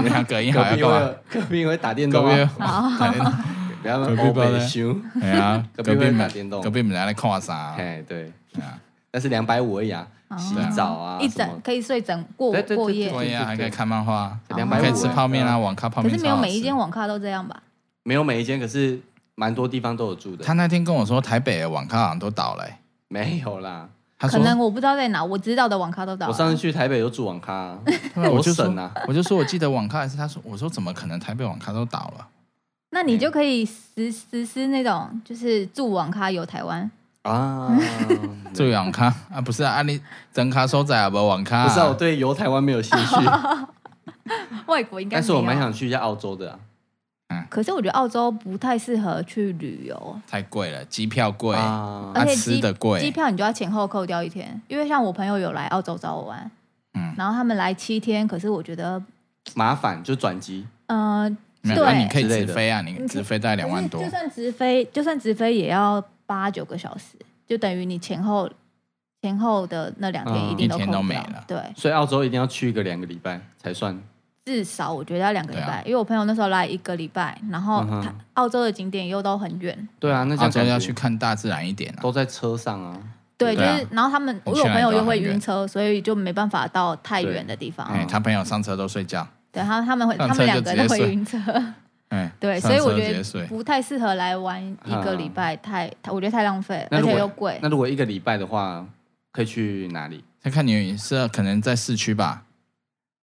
[SPEAKER 3] 看哎隔音
[SPEAKER 2] 隔
[SPEAKER 3] 好要
[SPEAKER 2] 壁
[SPEAKER 3] 干嘛？
[SPEAKER 2] 会隔壁会打电
[SPEAKER 3] 隔
[SPEAKER 2] 动
[SPEAKER 3] 壁
[SPEAKER 2] 啊，
[SPEAKER 3] 哦，
[SPEAKER 2] 不要
[SPEAKER 3] 隔壁
[SPEAKER 2] 欧
[SPEAKER 3] 不要
[SPEAKER 2] 北
[SPEAKER 3] 嘞
[SPEAKER 2] 修。
[SPEAKER 3] 哎呀，
[SPEAKER 2] 隔
[SPEAKER 3] 隔
[SPEAKER 2] 壁
[SPEAKER 3] 壁
[SPEAKER 2] 会
[SPEAKER 3] 没
[SPEAKER 2] 打电动
[SPEAKER 3] 隔壁没来看啥？
[SPEAKER 2] 哎，对，
[SPEAKER 3] 对啊，
[SPEAKER 2] 但是两百五而已啊，洗澡啊，
[SPEAKER 4] 哦一
[SPEAKER 2] 什么
[SPEAKER 4] 整可以睡整过
[SPEAKER 2] 对对对
[SPEAKER 4] 过夜，
[SPEAKER 3] 过
[SPEAKER 2] 对
[SPEAKER 3] 夜啊还可以看漫画，
[SPEAKER 2] 250
[SPEAKER 3] 可以吃泡面啊，网咖泡
[SPEAKER 4] 可
[SPEAKER 3] 面。
[SPEAKER 4] 是没有每一间
[SPEAKER 3] 间。
[SPEAKER 4] 网咖都这样吧？
[SPEAKER 2] 没有每一间，可是蛮多地方都有住
[SPEAKER 3] 他
[SPEAKER 2] 的。
[SPEAKER 3] 那天跟我说，台北的网咖好像都倒了欸。
[SPEAKER 2] 没有啦，
[SPEAKER 3] 他
[SPEAKER 4] 可
[SPEAKER 3] 说，
[SPEAKER 4] 能我不知道在哪，我知道的网咖都倒
[SPEAKER 2] 我
[SPEAKER 4] 了。
[SPEAKER 2] 上次去台北就住网咖啊，
[SPEAKER 3] 对我就说
[SPEAKER 2] 省啊，
[SPEAKER 3] 我就说我记得网咖还是他说，我说怎么可能台北网咖都倒 了？
[SPEAKER 4] 那你就可以实实施那种就是住网咖游台湾，
[SPEAKER 2] 啊，
[SPEAKER 3] 这网咖啊，不是啊，啊你真咖收仔啊，不网咖啊。
[SPEAKER 2] 不是啊，我对游台湾没有兴 趣，
[SPEAKER 4] 外国应该
[SPEAKER 2] 但
[SPEAKER 4] 没
[SPEAKER 2] 是
[SPEAKER 4] 有。
[SPEAKER 2] 我蛮想去一下澳洲的啊。
[SPEAKER 4] 可是我觉得澳洲不太适合去旅游，
[SPEAKER 3] 太贵了，机票贵，啊
[SPEAKER 2] 啊
[SPEAKER 4] 而且
[SPEAKER 3] 吃
[SPEAKER 4] 机
[SPEAKER 3] 的
[SPEAKER 4] 机
[SPEAKER 3] 贵，
[SPEAKER 4] 票你就要前后扣掉一天，因为像我朋友有来澳洲找我玩，
[SPEAKER 3] 嗯
[SPEAKER 4] 然后他们来七天，可是我觉得，
[SPEAKER 2] 麻烦就转机
[SPEAKER 4] 呃，
[SPEAKER 3] 没有，那你
[SPEAKER 4] 对，
[SPEAKER 3] 可以
[SPEAKER 2] 之类
[SPEAKER 3] 直
[SPEAKER 2] 的
[SPEAKER 3] 飞啊，你
[SPEAKER 4] 可以
[SPEAKER 3] 直飞大概两万多
[SPEAKER 4] 可是就，算直飞，就算直飞也要八九个小时，就等于你前后前后的那两天
[SPEAKER 2] 嗯
[SPEAKER 4] 定
[SPEAKER 3] 一
[SPEAKER 4] 都扣
[SPEAKER 3] 天
[SPEAKER 4] 不
[SPEAKER 3] 都
[SPEAKER 4] 掉，
[SPEAKER 3] 没了
[SPEAKER 4] 对，
[SPEAKER 2] 所以澳洲一定要去个两个礼拜才算。
[SPEAKER 4] 至少我觉得要两个礼
[SPEAKER 3] 对
[SPEAKER 4] 拜，
[SPEAKER 3] 啊
[SPEAKER 4] 因为我朋友那时候来一个礼拜，然后
[SPEAKER 2] 嗯哼
[SPEAKER 4] 他、澳洲的景点又都很远，
[SPEAKER 2] 对啊，那这
[SPEAKER 3] 澳
[SPEAKER 2] 样
[SPEAKER 3] 洲
[SPEAKER 2] 感觉
[SPEAKER 3] 要去看大自然一点啊。
[SPEAKER 2] 都在车上啊。
[SPEAKER 4] 对，就
[SPEAKER 3] 对啊
[SPEAKER 4] 是然后他们
[SPEAKER 3] 我
[SPEAKER 4] 我
[SPEAKER 3] 们去哪
[SPEAKER 4] 有朋
[SPEAKER 3] 里都
[SPEAKER 4] 友又
[SPEAKER 3] 很
[SPEAKER 4] 会
[SPEAKER 3] 远
[SPEAKER 4] 晕车，所以就没办法到太
[SPEAKER 2] 对
[SPEAKER 4] 远的地方，
[SPEAKER 3] 哎、
[SPEAKER 2] 啊
[SPEAKER 3] 他朋友上车都睡觉，
[SPEAKER 4] 对，他他们会
[SPEAKER 3] 上
[SPEAKER 4] 他
[SPEAKER 3] 车
[SPEAKER 4] 们
[SPEAKER 3] 就
[SPEAKER 4] 两个
[SPEAKER 3] 直接
[SPEAKER 4] 都会
[SPEAKER 3] 睡
[SPEAKER 4] 晕车。
[SPEAKER 3] 哎，
[SPEAKER 4] 对，
[SPEAKER 3] 上
[SPEAKER 4] 所以我
[SPEAKER 3] 车
[SPEAKER 4] 觉
[SPEAKER 3] 直接
[SPEAKER 4] 得
[SPEAKER 3] 睡
[SPEAKER 4] 不太适合来玩一个礼
[SPEAKER 3] 嗯
[SPEAKER 4] 拜，太太我觉得太浪费，
[SPEAKER 2] 那
[SPEAKER 4] 而
[SPEAKER 2] 如果
[SPEAKER 4] 且又贵。
[SPEAKER 2] 那如果一个礼拜的话，可以去哪里？
[SPEAKER 3] 他看你是可能在市区吧，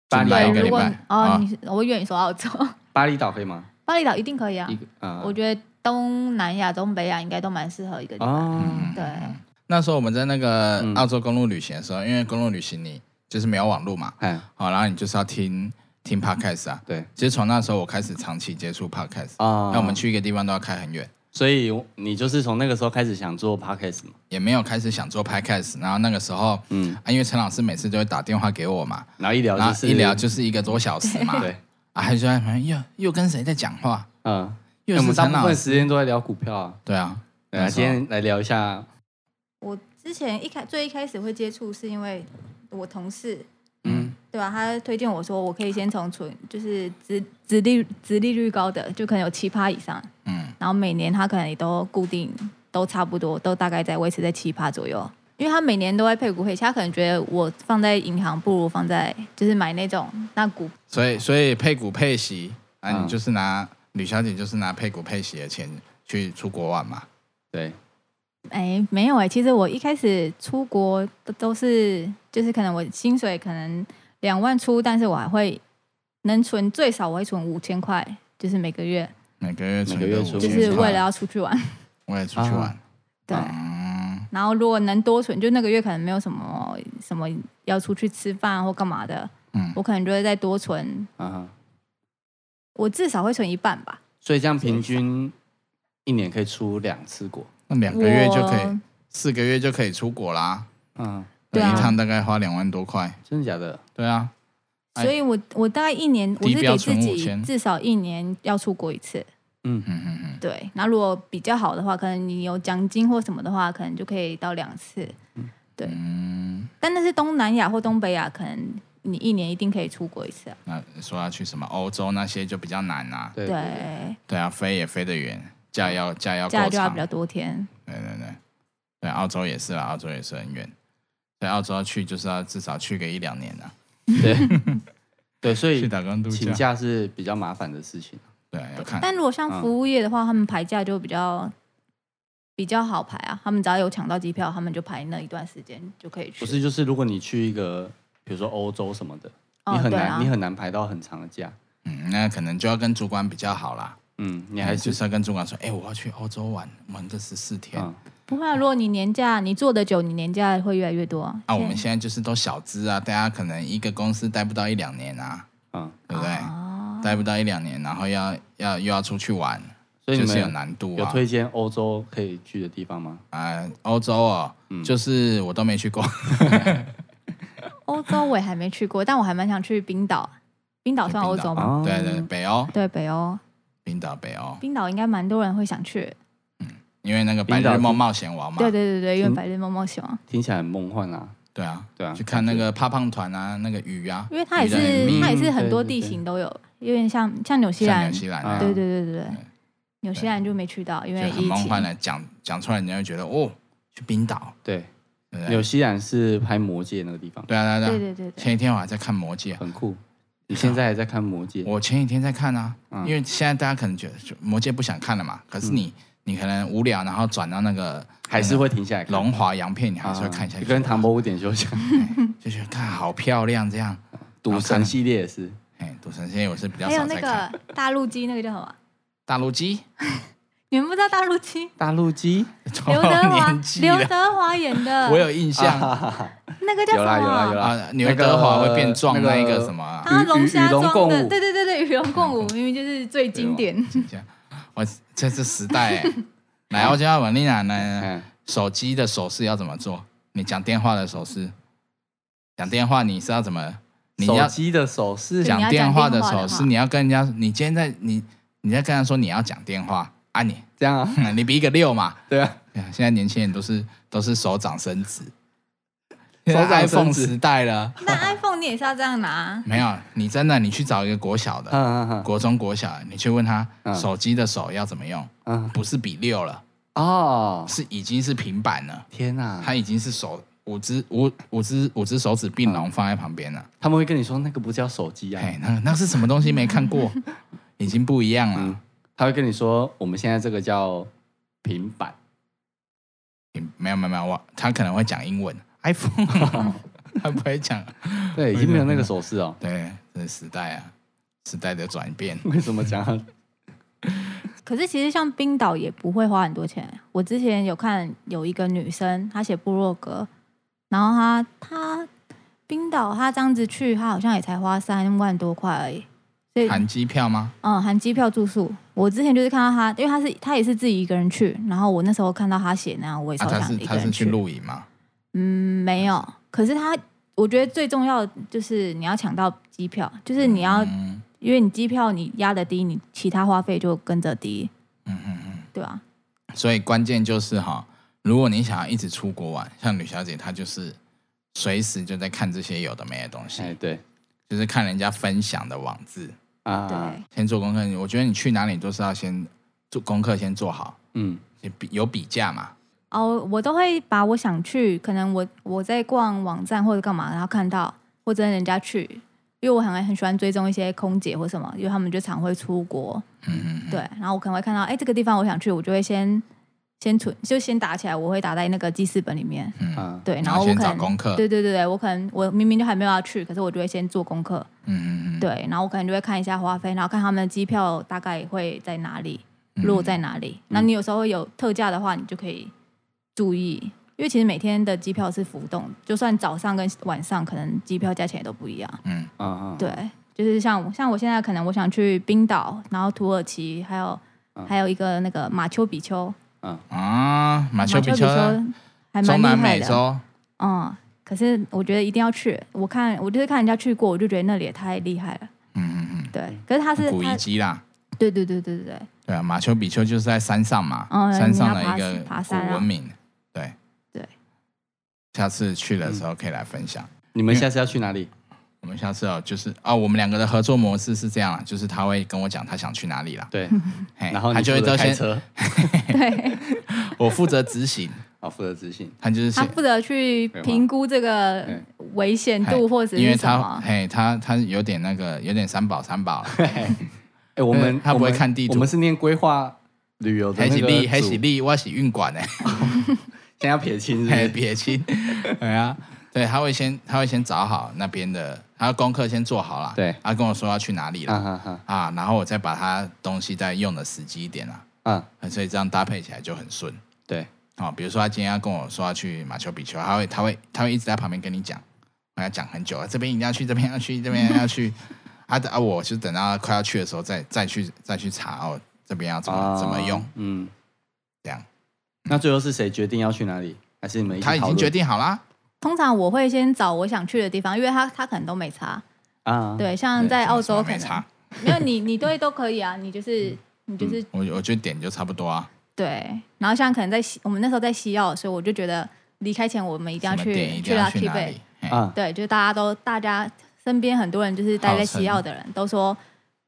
[SPEAKER 2] 巴黎
[SPEAKER 3] 住哪
[SPEAKER 2] 岛
[SPEAKER 3] 一
[SPEAKER 4] 对，
[SPEAKER 3] 个
[SPEAKER 4] 啊如
[SPEAKER 3] 礼
[SPEAKER 4] 果
[SPEAKER 3] 拜
[SPEAKER 4] 哦，
[SPEAKER 3] 啊
[SPEAKER 4] 你我愿意说澳洲，
[SPEAKER 2] 巴厘岛可以吗？
[SPEAKER 4] 巴厘岛一定可以啊
[SPEAKER 2] 一。个啊
[SPEAKER 4] 我觉得东南亚、东北亚应该都蛮适合一个
[SPEAKER 3] 哦
[SPEAKER 4] 礼拜。
[SPEAKER 2] 啊，
[SPEAKER 4] 对，
[SPEAKER 3] 嗯那时候我们在那个
[SPEAKER 2] 嗯
[SPEAKER 3] 澳洲公路旅行的时候，因为公路旅行你就是没有网络嘛，
[SPEAKER 2] 哎，
[SPEAKER 3] 好，然后你就是要听听 podcast 啊。
[SPEAKER 2] 对
[SPEAKER 3] 其实从那时候我开始长期接触 podcast，、
[SPEAKER 2] 啊，
[SPEAKER 3] 那我们，去一个地方都要开很远，
[SPEAKER 2] 所以你就是从那个时候开始想做 podcast 嘛？
[SPEAKER 3] 也没有开始想做 podcast。然后那个时候，
[SPEAKER 2] 嗯，
[SPEAKER 3] 啊，因为陈老师每次都会打电话给我嘛，
[SPEAKER 2] 然后一聊
[SPEAKER 3] 然
[SPEAKER 2] 就
[SPEAKER 3] 后
[SPEAKER 2] 是
[SPEAKER 3] 一聊就是一个多小时嘛，
[SPEAKER 2] 对，
[SPEAKER 3] 啊，他就在旁边又又跟谁在讲话，
[SPEAKER 2] 嗯，
[SPEAKER 3] 又
[SPEAKER 2] 因为我
[SPEAKER 3] 是
[SPEAKER 2] 们大
[SPEAKER 3] 陈
[SPEAKER 2] 部
[SPEAKER 3] 老
[SPEAKER 2] 分
[SPEAKER 3] 师，
[SPEAKER 2] 时间都在聊股票啊。
[SPEAKER 3] 对啊，
[SPEAKER 2] 对啊，
[SPEAKER 3] 那时
[SPEAKER 2] 今
[SPEAKER 3] 候
[SPEAKER 2] 天来聊一下，
[SPEAKER 4] 我之前一开最一开始会接触，是因为我同事
[SPEAKER 2] 嗯，
[SPEAKER 4] 对吧、他推荐我说，我可以先从存，就是殖殖利殖利率高的，就可能有七趴以上，
[SPEAKER 3] 嗯，
[SPEAKER 4] 然后每年他可能也都固定都差不多，都大概在维持在七趴左右。因为他每年都会配股配息，他可能觉得我放在银行不如放在就是买那种那股，
[SPEAKER 3] 所以所以配股配息啊，
[SPEAKER 2] 哦嗯
[SPEAKER 3] 你就是拿、吕小姐就是拿配股配息的钱去出国玩嘛，
[SPEAKER 2] 对，
[SPEAKER 4] 哎，没有哎、其实我一开始出国都都是就是可能我薪水可能两万出，但是我还会能存最少我会存五千块，就是每个月，
[SPEAKER 3] 每个月存
[SPEAKER 2] 每个月哦存
[SPEAKER 3] 五
[SPEAKER 4] 就
[SPEAKER 3] 千
[SPEAKER 4] 是
[SPEAKER 3] 块
[SPEAKER 4] 为了要出去玩，
[SPEAKER 3] 嗯我也出去玩，
[SPEAKER 4] 对。
[SPEAKER 3] 嗯，
[SPEAKER 4] 然后如果能多存，就那个月可能没有什么什么要出去吃饭或干嘛的，
[SPEAKER 3] 嗯
[SPEAKER 4] 我可能就会再多存，
[SPEAKER 2] 啊哈，
[SPEAKER 4] 我至少会存一半吧。
[SPEAKER 2] 所以这样平均一年可以出两次国，
[SPEAKER 3] 那两个月
[SPEAKER 4] 我
[SPEAKER 3] 就可以，四个月就可以出国啦，
[SPEAKER 2] 嗯，
[SPEAKER 4] 对啊
[SPEAKER 3] 一趟大概花两万多块，
[SPEAKER 2] 真的假的？
[SPEAKER 3] 对啊，哎
[SPEAKER 4] 所以我我大概一年，我
[SPEAKER 3] 低
[SPEAKER 4] 是给
[SPEAKER 3] 标
[SPEAKER 4] 自
[SPEAKER 3] 存
[SPEAKER 4] 己
[SPEAKER 3] 5000
[SPEAKER 4] 至少一年要出国一次。
[SPEAKER 3] 嗯嗯嗯，
[SPEAKER 4] 对，那如果比较好的话，可能你有奖金或什么的话，可能就可以到两次。对，
[SPEAKER 3] 嗯
[SPEAKER 4] 但那是东南亚或东北亚，可能你一年一定可以出国一次啊。
[SPEAKER 3] 那说要去什么欧洲那些就比较难啦、啊，
[SPEAKER 2] 对对，
[SPEAKER 4] 对，
[SPEAKER 3] 对啊，飞也飞得远，假要
[SPEAKER 2] 嗯
[SPEAKER 3] 假要
[SPEAKER 4] 假
[SPEAKER 3] 够
[SPEAKER 4] 就要
[SPEAKER 3] 长
[SPEAKER 4] 比，较多天。
[SPEAKER 3] 对对对，对澳洲也是啦，澳洲也是很远，对澳洲要去就是要至少去个一两年啊啦、
[SPEAKER 2] 对，所
[SPEAKER 3] 去
[SPEAKER 2] 以
[SPEAKER 3] 打工度
[SPEAKER 2] 请假是比较麻烦的事情。
[SPEAKER 3] 对，要看。
[SPEAKER 4] 但如果像服务业的话，他们排假就比较比较好排啊，他们只要有抢到机票，他们就排那一段时间就可以去。
[SPEAKER 2] 不是，就是如果你去一个，比如说欧洲什么的，
[SPEAKER 4] 哦
[SPEAKER 2] 你很
[SPEAKER 4] 对
[SPEAKER 2] 难，
[SPEAKER 4] 啊
[SPEAKER 2] 你很难排到很长的假。
[SPEAKER 3] 嗯，那可能就要跟主管比较好啦。
[SPEAKER 2] 嗯，你还
[SPEAKER 3] 就是是要跟主管说，哎、我要去欧洲玩，玩这十四天。
[SPEAKER 2] 嗯
[SPEAKER 4] 不会啊，如果你年假你做的久，你年假会越来越多啊。
[SPEAKER 3] 啊，我们现在就是都小资啊，大家可能一个公司待不到一两年啊，
[SPEAKER 2] 嗯，
[SPEAKER 3] 对不对？
[SPEAKER 4] 哦
[SPEAKER 3] 待不到一两年，然后要要又要出去玩，
[SPEAKER 2] 所以
[SPEAKER 3] 就
[SPEAKER 2] 你
[SPEAKER 3] 是有
[SPEAKER 2] 们
[SPEAKER 3] 难度
[SPEAKER 2] 有
[SPEAKER 3] 啊。
[SPEAKER 2] 推荐欧洲可以去的地方吗？
[SPEAKER 3] 啊，欧洲哦，就是我都没去过，
[SPEAKER 4] 欧洲我也还没去过，但我还蛮想去冰岛。冰岛算欧洲
[SPEAKER 2] 啊，
[SPEAKER 4] 吗？
[SPEAKER 3] 对对，北欧，
[SPEAKER 4] 对，北欧，
[SPEAKER 3] 冰岛北欧，
[SPEAKER 4] 冰岛应该蛮多人会想去的。
[SPEAKER 3] 因为那个白
[SPEAKER 2] 冰岛
[SPEAKER 3] 日梦冒险王嘛，
[SPEAKER 4] 对对对对，因为
[SPEAKER 2] 嗯
[SPEAKER 4] 《白日梦冒险》王，
[SPEAKER 2] 听起来很梦幻啊。
[SPEAKER 3] 对啊，
[SPEAKER 2] 对啊
[SPEAKER 3] 去看那个胖胖团啊，那个鱼啊，
[SPEAKER 4] 因为它也
[SPEAKER 3] 鱼在里
[SPEAKER 4] 是
[SPEAKER 3] 面
[SPEAKER 4] 它也
[SPEAKER 2] 嗯
[SPEAKER 4] 是很多
[SPEAKER 2] 对对
[SPEAKER 4] 地
[SPEAKER 2] 对
[SPEAKER 4] 形都有，有点像像纽西
[SPEAKER 3] 像
[SPEAKER 4] 兰
[SPEAKER 3] 纽，西兰
[SPEAKER 2] 啊
[SPEAKER 3] 啊，
[SPEAKER 4] 对对对对对
[SPEAKER 3] 对，
[SPEAKER 4] 纽西兰就没去到，因为
[SPEAKER 3] 就很
[SPEAKER 4] 疫
[SPEAKER 3] 梦
[SPEAKER 4] 情
[SPEAKER 3] 幻。的，讲讲出来人家会觉得哦，去冰岛，
[SPEAKER 2] 对，
[SPEAKER 3] 对不
[SPEAKER 2] 纽
[SPEAKER 3] 对？
[SPEAKER 2] 西兰是拍《魔戒》那个地方，
[SPEAKER 3] 对啊对啊
[SPEAKER 4] 对
[SPEAKER 3] 对啊，
[SPEAKER 4] 对对对，
[SPEAKER 3] 前几天我还在看《魔戒》，
[SPEAKER 2] 很酷。你现在还在看《魔戒》？
[SPEAKER 3] 我前几天在看啊，
[SPEAKER 2] 嗯
[SPEAKER 3] 因为现在大家可能觉得就《魔戒》不想看了嘛，可是你、你可能无聊，然后转到那个
[SPEAKER 2] 还是会停下来看
[SPEAKER 3] 龙华洋片，你还是会
[SPEAKER 2] 啊
[SPEAKER 3] 看一下，
[SPEAKER 2] 就跟《唐伯虎点秋香》《
[SPEAKER 3] 就觉得看好漂亮这样。
[SPEAKER 2] 赌神》系列也是。
[SPEAKER 3] 哎，赌神仙我是比较
[SPEAKER 4] 还有
[SPEAKER 3] 少
[SPEAKER 4] 那
[SPEAKER 3] 在看。
[SPEAKER 4] 个大陆鸡，那个叫什么？
[SPEAKER 3] 大陆鸡，
[SPEAKER 4] 你们不知道大陆 鸡？
[SPEAKER 2] 大陆鸡，
[SPEAKER 4] 刘德华
[SPEAKER 3] 年，纪
[SPEAKER 4] 刘
[SPEAKER 3] 了，
[SPEAKER 4] 德华 演的，
[SPEAKER 3] 我有印象啊，
[SPEAKER 4] 那个叫什
[SPEAKER 2] 有啦有啦有
[SPEAKER 4] 么？
[SPEAKER 2] 啦
[SPEAKER 3] 刘德华会变壮
[SPEAKER 2] 那
[SPEAKER 3] 那
[SPEAKER 2] 个
[SPEAKER 3] 一个什么啊，
[SPEAKER 4] 他
[SPEAKER 2] 与
[SPEAKER 4] 龙虾
[SPEAKER 2] 与龙
[SPEAKER 4] 装
[SPEAKER 2] 共
[SPEAKER 4] 的，
[SPEAKER 2] 舞哦
[SPEAKER 4] 对对对对，与龙 共舞，明明就是最经典。
[SPEAKER 3] 印象我这是时代 欸。来，我教文丽娜呢，
[SPEAKER 2] 嗯，
[SPEAKER 3] 手机的手势要怎么做？你讲电话的手势，讲电话你是要怎么？你
[SPEAKER 2] 手
[SPEAKER 3] 要
[SPEAKER 2] 机的手势
[SPEAKER 4] 对你
[SPEAKER 3] 讲
[SPEAKER 4] 要
[SPEAKER 3] 电
[SPEAKER 4] 讲
[SPEAKER 3] 话的
[SPEAKER 4] 电话
[SPEAKER 3] 手
[SPEAKER 4] 的
[SPEAKER 3] 势，
[SPEAKER 4] 话
[SPEAKER 3] 你要跟人家，你今天在你你在跟他说你要讲电话啊你，
[SPEAKER 2] 这样啊？
[SPEAKER 3] 你比一个六嘛，
[SPEAKER 2] 对啊，
[SPEAKER 3] 现在年轻人都是都是手掌伸直，
[SPEAKER 2] 手掌伸直
[SPEAKER 3] iPhone 时代了。
[SPEAKER 4] 那 iPhone 你也是要这样 拿，
[SPEAKER 3] 没有，你真的你去找一个国小的、
[SPEAKER 2] 嗯嗯嗯
[SPEAKER 3] 国中、国小的，你去问他
[SPEAKER 2] 嗯
[SPEAKER 3] 手机的手要怎么用，
[SPEAKER 2] 嗯，
[SPEAKER 3] 不是比六了，
[SPEAKER 2] 哦，
[SPEAKER 3] 是已经是平板了，
[SPEAKER 2] 天哪！
[SPEAKER 3] 它已经是手五只五五只五只手指并拢放在旁边了。
[SPEAKER 2] 他们会跟你说那个不叫手机啊，
[SPEAKER 3] 哎，那那是什么东西没看过，已经不一样了。
[SPEAKER 2] 嗯他会跟你说我们现在这个叫平板。
[SPEAKER 3] 嗯没有没有没有，我他可能会讲英文，iPhone 啊他不会讲。
[SPEAKER 2] 对，已经没有那个手势哦。
[SPEAKER 3] 对，这是时代啊，时代的转变。
[SPEAKER 2] 为什么 讲啊？
[SPEAKER 4] 可是其实像冰岛也不会花很多钱。我之前有看有一个女生，她写部落格，然后她她冰岛她这样子去，她好像也才花三万多块而已。所以
[SPEAKER 3] 含机票吗？
[SPEAKER 4] 嗯，含机票住宿。我之前就是看到她，因为她是她也是自己一个人去，然后我那时候看到她写那样，我也
[SPEAKER 3] 啊，
[SPEAKER 4] 超
[SPEAKER 3] 他
[SPEAKER 4] 想
[SPEAKER 3] 是
[SPEAKER 4] 一个
[SPEAKER 3] 他
[SPEAKER 4] 人
[SPEAKER 3] 是去露营吗？
[SPEAKER 4] 嗯，没有。可是他，我觉得最重要的就是你要抢到机票，就是你要，
[SPEAKER 3] 嗯
[SPEAKER 4] 因为你机票你压的低，你其他花费就跟着低，
[SPEAKER 3] 嗯嗯嗯。
[SPEAKER 4] 对啊吧？
[SPEAKER 3] 所以关键就是哈，如果你想要一直出国玩，像吕小姐她就是随时就在看这些有的没的东西，
[SPEAKER 2] 哎，对
[SPEAKER 3] 就是看人家分享的网志，
[SPEAKER 2] 啊，
[SPEAKER 4] 对，
[SPEAKER 3] 先做功课。我觉得你去哪里都是要先做功课，先做好，
[SPEAKER 2] 嗯，
[SPEAKER 3] 你比有比价嘛。
[SPEAKER 4] 哦，我都会把我想去，可能我我在逛网站或者干嘛，然后看到或者人家去，因为我很很喜欢追踪一些空姐或什么，因为他们就常会出国，
[SPEAKER 3] 嗯嗯嗯。
[SPEAKER 4] 对，然后我可能会看到，哎，这个地方我想去，我就会先先存，就先打起来，我会打在那个记事本里面，
[SPEAKER 2] 啊，
[SPEAKER 4] 对，
[SPEAKER 3] 然
[SPEAKER 4] 后
[SPEAKER 3] 后
[SPEAKER 4] 我
[SPEAKER 3] 嗯先
[SPEAKER 4] 可
[SPEAKER 3] 找
[SPEAKER 4] 能
[SPEAKER 3] 功课。
[SPEAKER 4] 对对对对，我可能我明明就还没有要去，可是我就会先做功课，
[SPEAKER 3] 嗯嗯嗯。
[SPEAKER 4] 对，然后我可能就会看一下花费，然后看他们的机票大概会在哪里
[SPEAKER 3] 嗯
[SPEAKER 4] 落在哪里。那、你有时候有特价的话，你就可以注意，因为其实每天的机票是浮动，就算早上跟晚上，可能机票价钱也都不一样。
[SPEAKER 3] 嗯，
[SPEAKER 2] 啊啊，
[SPEAKER 4] 对，就是像我像我现在可能我想去冰岛，然后土耳其，还有、
[SPEAKER 3] 嗯
[SPEAKER 4] 还有一个那个马丘比丘，
[SPEAKER 3] 啊，马
[SPEAKER 4] 马
[SPEAKER 3] 丘比丘，
[SPEAKER 4] 还蛮
[SPEAKER 3] 中
[SPEAKER 4] 厉
[SPEAKER 3] 南
[SPEAKER 4] 害
[SPEAKER 3] 美
[SPEAKER 4] 的。
[SPEAKER 3] 洲，
[SPEAKER 4] 嗯，可是我觉得一定要去。我看我就是看人家去过，我就觉得那里也太厉害了。
[SPEAKER 3] 嗯嗯
[SPEAKER 4] 对，可是他是
[SPEAKER 3] 嗯，古
[SPEAKER 4] 他
[SPEAKER 3] 遗，迹啦。
[SPEAKER 4] 对对对对对对
[SPEAKER 3] 对啊，马丘比丘就是在山上嘛，
[SPEAKER 4] 嗯
[SPEAKER 3] 山上的一
[SPEAKER 4] 你
[SPEAKER 3] 个
[SPEAKER 4] 要爬爬
[SPEAKER 3] 古
[SPEAKER 4] 山啊
[SPEAKER 3] 文明。对
[SPEAKER 4] 对，
[SPEAKER 3] 下次去的时候可以来分享。
[SPEAKER 2] 你们下次要去哪里？
[SPEAKER 3] 我们下次哦，就是哦，我们两个的合作模式是这样啊，就是他会跟我讲他想去哪里啦，
[SPEAKER 2] 对，
[SPEAKER 4] 嗯
[SPEAKER 3] 嘿
[SPEAKER 2] 然后
[SPEAKER 3] 他
[SPEAKER 2] 你
[SPEAKER 3] 就会
[SPEAKER 2] 负责
[SPEAKER 3] 都
[SPEAKER 2] 开
[SPEAKER 3] 先，
[SPEAKER 2] 车，
[SPEAKER 4] 对，
[SPEAKER 3] 我负责执行，
[SPEAKER 2] 啊，负责执行。
[SPEAKER 3] 他就是
[SPEAKER 4] 他
[SPEAKER 3] 先，
[SPEAKER 4] 负责去评估这个危险度或者
[SPEAKER 3] 因为
[SPEAKER 4] 是什
[SPEAKER 3] 他
[SPEAKER 4] 么。
[SPEAKER 3] 嘿，他他有点那个，有点三宝三 宝啦，
[SPEAKER 2] 哎，我们
[SPEAKER 3] 他不会
[SPEAKER 2] 我们
[SPEAKER 3] 看地图
[SPEAKER 2] 我们是念规划旅游的
[SPEAKER 3] 黑
[SPEAKER 2] 那
[SPEAKER 3] 喜
[SPEAKER 2] 个
[SPEAKER 3] 力，黑
[SPEAKER 2] 组
[SPEAKER 3] 喜，力，我喜运管哎，
[SPEAKER 2] 先要撇清是不
[SPEAKER 3] 嘿，
[SPEAKER 2] 是？
[SPEAKER 3] 别亲，对啊，对，他会先他会先找好那边的他功课先做好了，
[SPEAKER 2] 对
[SPEAKER 3] 他跟我说要去哪里
[SPEAKER 2] 啊
[SPEAKER 3] 了
[SPEAKER 2] 哈哈，
[SPEAKER 3] 啊，然后我再把他东西再用的实际一点啊，
[SPEAKER 2] 啊，
[SPEAKER 3] 所以这样搭配起来就很顺。
[SPEAKER 2] 对，
[SPEAKER 3] 哦，比如说他今天要跟我说要去马丘比丘，他会他会他会一直在旁边跟你讲，我要讲很久啊，这边一定要去，这边要去，这边要去，啊啊，我就等到快要去的时候再再去再去查哦，这边要怎么、
[SPEAKER 2] 啊
[SPEAKER 3] 怎么用，？
[SPEAKER 2] 嗯，
[SPEAKER 3] 这样
[SPEAKER 2] 那最后是谁决定要去哪里？还是你们一起
[SPEAKER 3] 他已
[SPEAKER 2] 讨
[SPEAKER 3] 经
[SPEAKER 2] 论
[SPEAKER 3] 决定好啦，
[SPEAKER 4] 通常我会先找我想去的地方，因为他他可能都没查。
[SPEAKER 2] 啊？，
[SPEAKER 4] 对，像在
[SPEAKER 3] 嗯对
[SPEAKER 4] 澳
[SPEAKER 3] 什么
[SPEAKER 4] 洲可
[SPEAKER 3] 没
[SPEAKER 4] 能
[SPEAKER 3] 差，嗯
[SPEAKER 4] 没有你你对都可以啊， 你就是你就是
[SPEAKER 3] 我我觉得点就差不多啊，
[SPEAKER 4] 对。然后像可能在西，我们那时候在西澳，所以我就觉得离开前我们一定要
[SPEAKER 3] 什么点
[SPEAKER 4] 去
[SPEAKER 3] 一定
[SPEAKER 4] 拉
[SPEAKER 3] 要
[SPEAKER 4] 提
[SPEAKER 3] 去哪
[SPEAKER 4] 贝
[SPEAKER 3] 里，。嘿
[SPEAKER 2] 啊，
[SPEAKER 4] 对，就是大家都大家身边很多人就是待在
[SPEAKER 3] 号称
[SPEAKER 4] 西澳的人都说，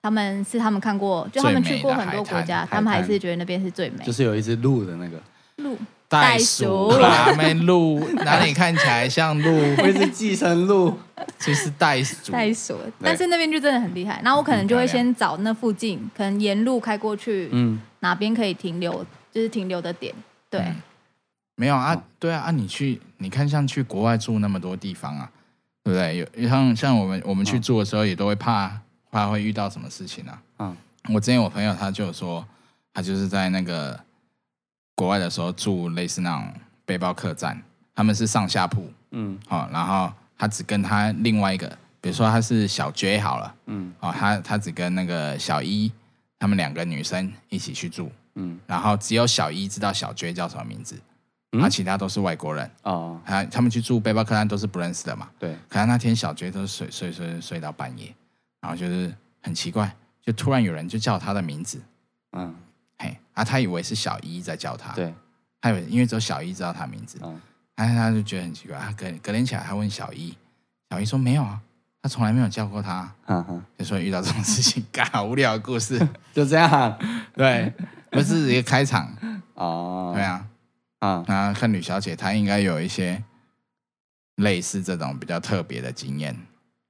[SPEAKER 4] 他们是他们看过，就他们去过很多国
[SPEAKER 2] 最美的海
[SPEAKER 4] 家，
[SPEAKER 2] 滩
[SPEAKER 4] 他们还是觉得那边是最美
[SPEAKER 2] 就。是有一只鹿的那个，
[SPEAKER 4] 路
[SPEAKER 3] 袋
[SPEAKER 4] 袋
[SPEAKER 3] 鼠
[SPEAKER 4] 鼠
[SPEAKER 3] 啦，没鹿，哪里看起来像 鹿？
[SPEAKER 2] 我一只寄 生鹿。
[SPEAKER 3] 其实袋鼠，
[SPEAKER 4] 袋鼠，但是那边就真的很厉害。然后我可能就会先找那附
[SPEAKER 3] 嗯
[SPEAKER 4] 近，可能沿路开过去，
[SPEAKER 2] 嗯，
[SPEAKER 4] 哪边可以停留，就是停留的点。对，
[SPEAKER 3] 嗯没有啊，对啊，啊，你去，你看像去国外住那么多地方啊，对不对？有像像我们我们去住的时候，也都会怕怕会遇到什么事情啊。
[SPEAKER 2] 嗯，
[SPEAKER 3] 我之前我朋友他就有说，他就是在那个国外的时候住类似那种背包客栈，他们是上下铺，
[SPEAKER 2] 嗯
[SPEAKER 3] 哦，然后他只跟他另外一个，比如说他是小 J 好了，
[SPEAKER 2] 嗯
[SPEAKER 3] 哦，他他只跟那个小一他们两个女生一起去住，
[SPEAKER 2] 嗯，
[SPEAKER 3] 然后只有小一知道小 J 叫什么名字，
[SPEAKER 2] 嗯
[SPEAKER 3] 然后其他都是外国人，
[SPEAKER 2] 哦，
[SPEAKER 3] 他他们去住背包客栈都是不认识的嘛。
[SPEAKER 2] 对，
[SPEAKER 3] 可是那天小 J 都是睡睡睡睡到半夜，然后就是很奇怪，就突然有人就叫他的名字，
[SPEAKER 2] 嗯
[SPEAKER 3] 嘿，啊，他以为是小一在叫他，，
[SPEAKER 2] 对，
[SPEAKER 3] 他以为因为只有小一知道他名字，
[SPEAKER 2] 嗯
[SPEAKER 3] 他他就觉得很奇怪，他隔隔天起来他问小一，小一说没有啊，他从来没有叫过他，
[SPEAKER 2] 哈哈，
[SPEAKER 3] 就说遇到这种事情，干好无聊的故 事，
[SPEAKER 2] 就这样。
[SPEAKER 3] 对，不是一个开场，
[SPEAKER 2] 哦，
[SPEAKER 3] 对，啊。
[SPEAKER 2] 啊，
[SPEAKER 3] 那看吕小姐，她应该有一些类似这种比较特别的经验。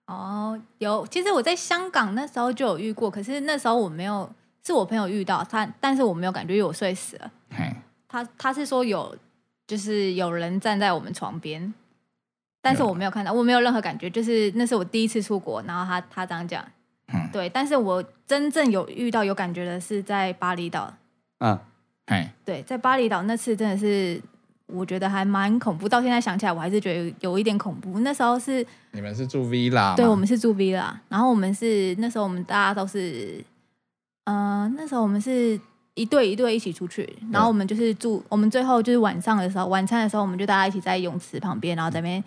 [SPEAKER 4] 哦，有。其实我在香港那时候就有遇过，可是那时候我没有，是我朋友遇到他，但是我没有感觉，因为我睡死了。
[SPEAKER 3] 嘿，
[SPEAKER 4] 他他是说有，就是有人站在我们床边，但是
[SPEAKER 3] 有
[SPEAKER 4] 我没有看到，我没有任何感觉，就是那是我第一次出国，然后他他这样讲，
[SPEAKER 3] 嗯，
[SPEAKER 4] 对，但是我真正有遇到有感觉的是在巴厘岛，
[SPEAKER 2] 啊，
[SPEAKER 3] 嘿，
[SPEAKER 4] 对，在巴厘岛那次真的是。我觉得还蛮恐怖，到现在想起来，我还是觉得有有一点恐怖。那时候是
[SPEAKER 3] 你们是住 villa 吗？
[SPEAKER 4] 对，我们是住 villa，然后我们是那时候我们大家都是，呃，那时候我们是一队一队一起出去，然后我们就是住，我们最后就是晚上的时候，晚餐的时候，我们就大家一起在泳池旁边，然后在那边